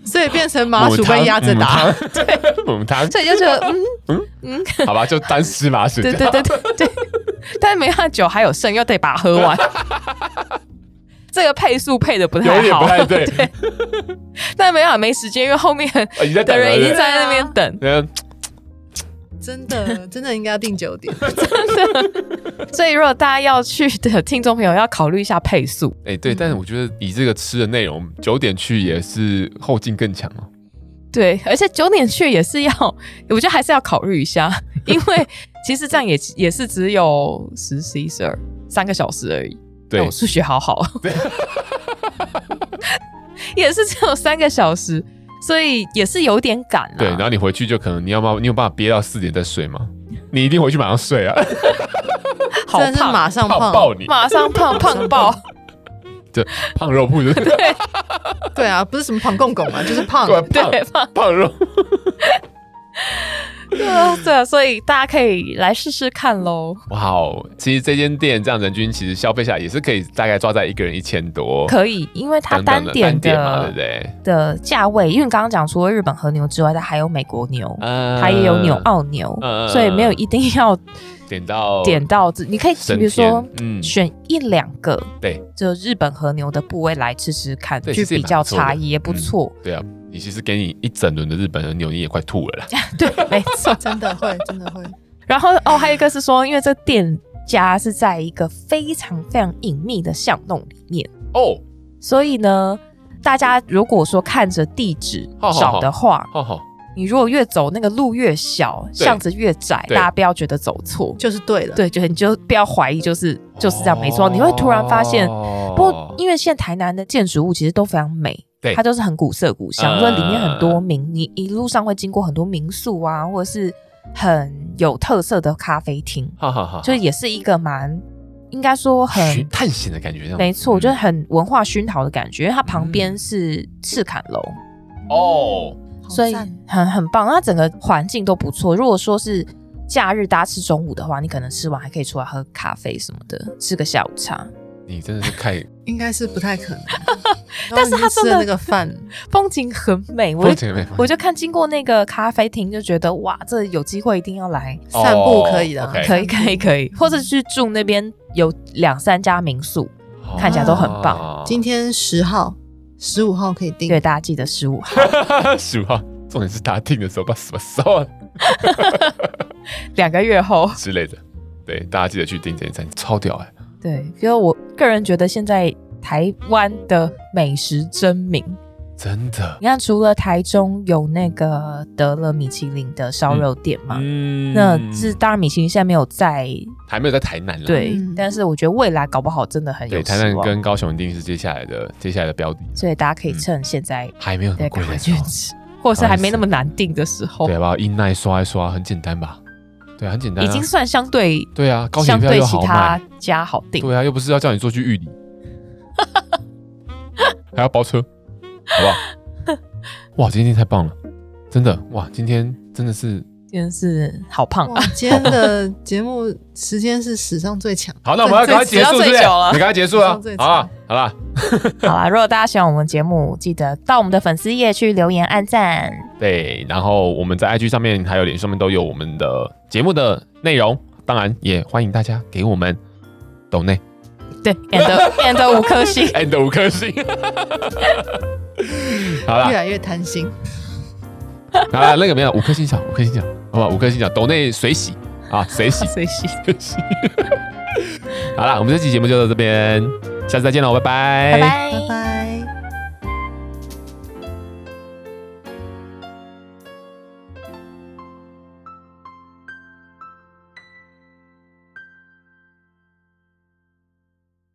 Speaker 4: 所以变成麻薯被鸭子打，，
Speaker 3: 母汤，
Speaker 2: 所以就觉得嗯，
Speaker 3: 好吧，就单吃麻薯。
Speaker 2: 对对对对对，但是没看酒还有剩，又得把它喝 完。这个配速配的不
Speaker 3: 有
Speaker 2: 太
Speaker 3: 点
Speaker 2: 好，
Speaker 3: 不太对，
Speaker 2: 但没办法没时间，因为后面
Speaker 3: 啊你在等
Speaker 2: 的人已经
Speaker 3: 人，
Speaker 2: 在那边等，
Speaker 3: 嗯
Speaker 4: 真的真的应该要定九点。
Speaker 2: 所以如果大家要去的听众朋友要考虑一下配速。
Speaker 3: 哎对，但是我觉得以这个吃的内容，九点去也是后劲更强哦。
Speaker 2: 对，而且九点去也是要， 我觉得还是要考虑 一下，因为其实这样也也是只有十、十一、十二三个小时而已。
Speaker 3: 对
Speaker 2: 我，数学 好好，也是只有三个小时，所以也是有点赶啦。
Speaker 3: 对，然后你回去就可能你要吗？你有办法憋到四点再睡吗？你一定回去马上睡啊，
Speaker 2: 好
Speaker 4: 真的是
Speaker 2: 胖，
Speaker 4: 马上
Speaker 3: 胖
Speaker 4: 胖，
Speaker 3: 爆你，
Speaker 2: 马上 胖胖爆，
Speaker 3: 胖肉铺就是
Speaker 4: 对啊，不是什么胖公公啊，就是胖。
Speaker 3: 对胖
Speaker 2: 对胖，
Speaker 3: 胖肉。
Speaker 2: 对啊，对啊，所以大家可以来试试看喽，
Speaker 3: 哇哦，其实这间店这样人均其实消费下来也是可以大概抓在一个人一千多，
Speaker 2: 可以，因为它
Speaker 3: 等等
Speaker 2: 单
Speaker 3: 的
Speaker 2: 点
Speaker 3: 单点嘛，对
Speaker 2: 的
Speaker 3: 不对？
Speaker 2: 的价位，因为刚刚讲除了日本和牛之外，它还有美国牛。
Speaker 3: 嗯
Speaker 2: 它也有纽澳牛，哦
Speaker 3: 嗯嗯嗯
Speaker 2: 所以没有一定要
Speaker 3: 点到
Speaker 2: 点到自，你可以
Speaker 3: 神
Speaker 2: 比如说
Speaker 3: 仙嗯
Speaker 2: 选一两个，
Speaker 3: 对，
Speaker 2: 就日本和牛的部位来吃吃看，
Speaker 3: 对
Speaker 2: 去
Speaker 3: 其实也
Speaker 2: 比
Speaker 3: 蛮
Speaker 2: 较
Speaker 3: 不错的
Speaker 2: 差异也不错。
Speaker 3: 对啊，你其实给你一整轮的日本和牛，你也快吐 了啦。
Speaker 2: 对，没错。
Speaker 4: 真的会，真的会。
Speaker 2: 然后哦，还有一个是说，因为这店家是在一个非常非常隐秘的巷弄里面，
Speaker 3: 哦，
Speaker 2: 所以呢，大家如果说看着地址
Speaker 3: 好好好
Speaker 2: 找的话，
Speaker 3: 好好，
Speaker 2: 你如果越走那个路越小，
Speaker 3: 对
Speaker 2: 巷子越窄，
Speaker 3: 对
Speaker 2: 大家不要觉得走错。
Speaker 4: 就是对了，
Speaker 2: 对，就是你就不要怀疑，就是就是这样，没错。你会突然发现，
Speaker 3: 不
Speaker 2: 不过因为现在台南的建筑物其实都非常美，
Speaker 3: 对
Speaker 2: 它都是很古色古香，
Speaker 3: 嗯
Speaker 2: 所以里面很多民，你一路上会经过很多民宿啊，或者是很有特色的咖啡厅，
Speaker 3: 哈哈哈，
Speaker 2: 就也是一个蛮应该说
Speaker 3: 寻
Speaker 2: 很
Speaker 3: 探险的感觉，这样
Speaker 2: 没错，就是
Speaker 3: 嗯
Speaker 2: 很文化熏陶的感觉，因为它旁边是赤坎楼，
Speaker 3: 哦，
Speaker 4: 好
Speaker 2: 所以
Speaker 4: 赞
Speaker 2: 很很棒，它整个环境都不错。如果说是假日大家吃中午的话，你可能吃完还可以出来喝咖啡什么的，吃个下午茶。
Speaker 3: 你真的是看
Speaker 4: 应该是不太可 能。
Speaker 2: 但是他
Speaker 4: 然后你去吃
Speaker 2: 真的
Speaker 4: 了那个 饭，
Speaker 2: 风景很美，我
Speaker 3: 风
Speaker 2: 就
Speaker 3: 景没
Speaker 2: 我就看经过那个咖啡厅，就觉得哇，这有机会一定要来，
Speaker 3: 哦
Speaker 4: 散步可以的啊，
Speaker 3: OK
Speaker 2: 可以可以可以，或者去住那边有两三家民宿，
Speaker 3: 哦
Speaker 2: 看
Speaker 4: 起来都
Speaker 2: 很棒
Speaker 3: 啊
Speaker 4: 今天十号、十五号可以定。
Speaker 2: 对大家记得十五号
Speaker 3: 十五号，重点是他听的时候把什么时候啊
Speaker 2: 两个月后，
Speaker 3: 之类的，对，大家记得去订这一餐，超屌哎！
Speaker 2: 对，因为我个人觉得现在台湾的美食真名，
Speaker 3: 真的，
Speaker 2: 你看除了台中有那个得了米其林的烧肉店嘛。
Speaker 3: 嗯
Speaker 2: 那是当然，米其林现在没有在
Speaker 3: 还没有在台南了，
Speaker 2: 对，
Speaker 4: 嗯
Speaker 2: 但是我觉得未来搞不好真的很
Speaker 3: 对，
Speaker 2: 有希
Speaker 3: 台南
Speaker 2: 望，
Speaker 3: 跟高雄一定是接下来的接下来的标的，
Speaker 2: 所以大家可以趁现在
Speaker 3: 还没有那
Speaker 2: 对，
Speaker 3: 么贵
Speaker 2: 赶快
Speaker 3: 的
Speaker 2: 去
Speaker 3: 时候，啊
Speaker 2: 吃，或者是还没那么难定的时候
Speaker 3: 对，啊吧？硬耐刷一刷，很简单吧？对，很简单、啊，
Speaker 2: 已经算相对
Speaker 3: 对啊，高铁
Speaker 2: 相
Speaker 3: 票
Speaker 2: 对
Speaker 3: 又
Speaker 2: 其
Speaker 3: 好
Speaker 2: 他
Speaker 3: 买，
Speaker 2: 家好定。
Speaker 3: 对啊，又不是要叫你坐去 玉里，还要包车，好不好？哇，今天太棒了，真的哇，今天真的是
Speaker 2: 今天是好胖啊，
Speaker 4: 哇，今天的节目时间是史上最强。
Speaker 3: 好，那我们要赶快
Speaker 2: 最
Speaker 3: 结束，是不是？
Speaker 2: 只要最
Speaker 3: 你
Speaker 2: 久了
Speaker 3: 赶快结束啊
Speaker 4: 只要最！久
Speaker 3: 好啊，好啦，
Speaker 2: 好啦，如果大家喜欢我们节目，记得到我们的粉丝页去留言、按赞。
Speaker 3: 对，然后我们在 IG 上面还有脸书上面都有我们的节目的内容，当然也欢迎大家给我们抖内。
Speaker 2: 对，and and 五颗星
Speaker 3: and 五颗星。 好啦
Speaker 4: 越，来越贪心，
Speaker 3: 好啦，那个没有五颗星奖，五颗星奖，好吧，五颗星奖，抖内水洗啊，水洗。
Speaker 2: 随喜，
Speaker 3: 好啦，我们这期节目就到这边，下次再见喽，拜拜，
Speaker 2: 拜拜
Speaker 4: 拜。拜。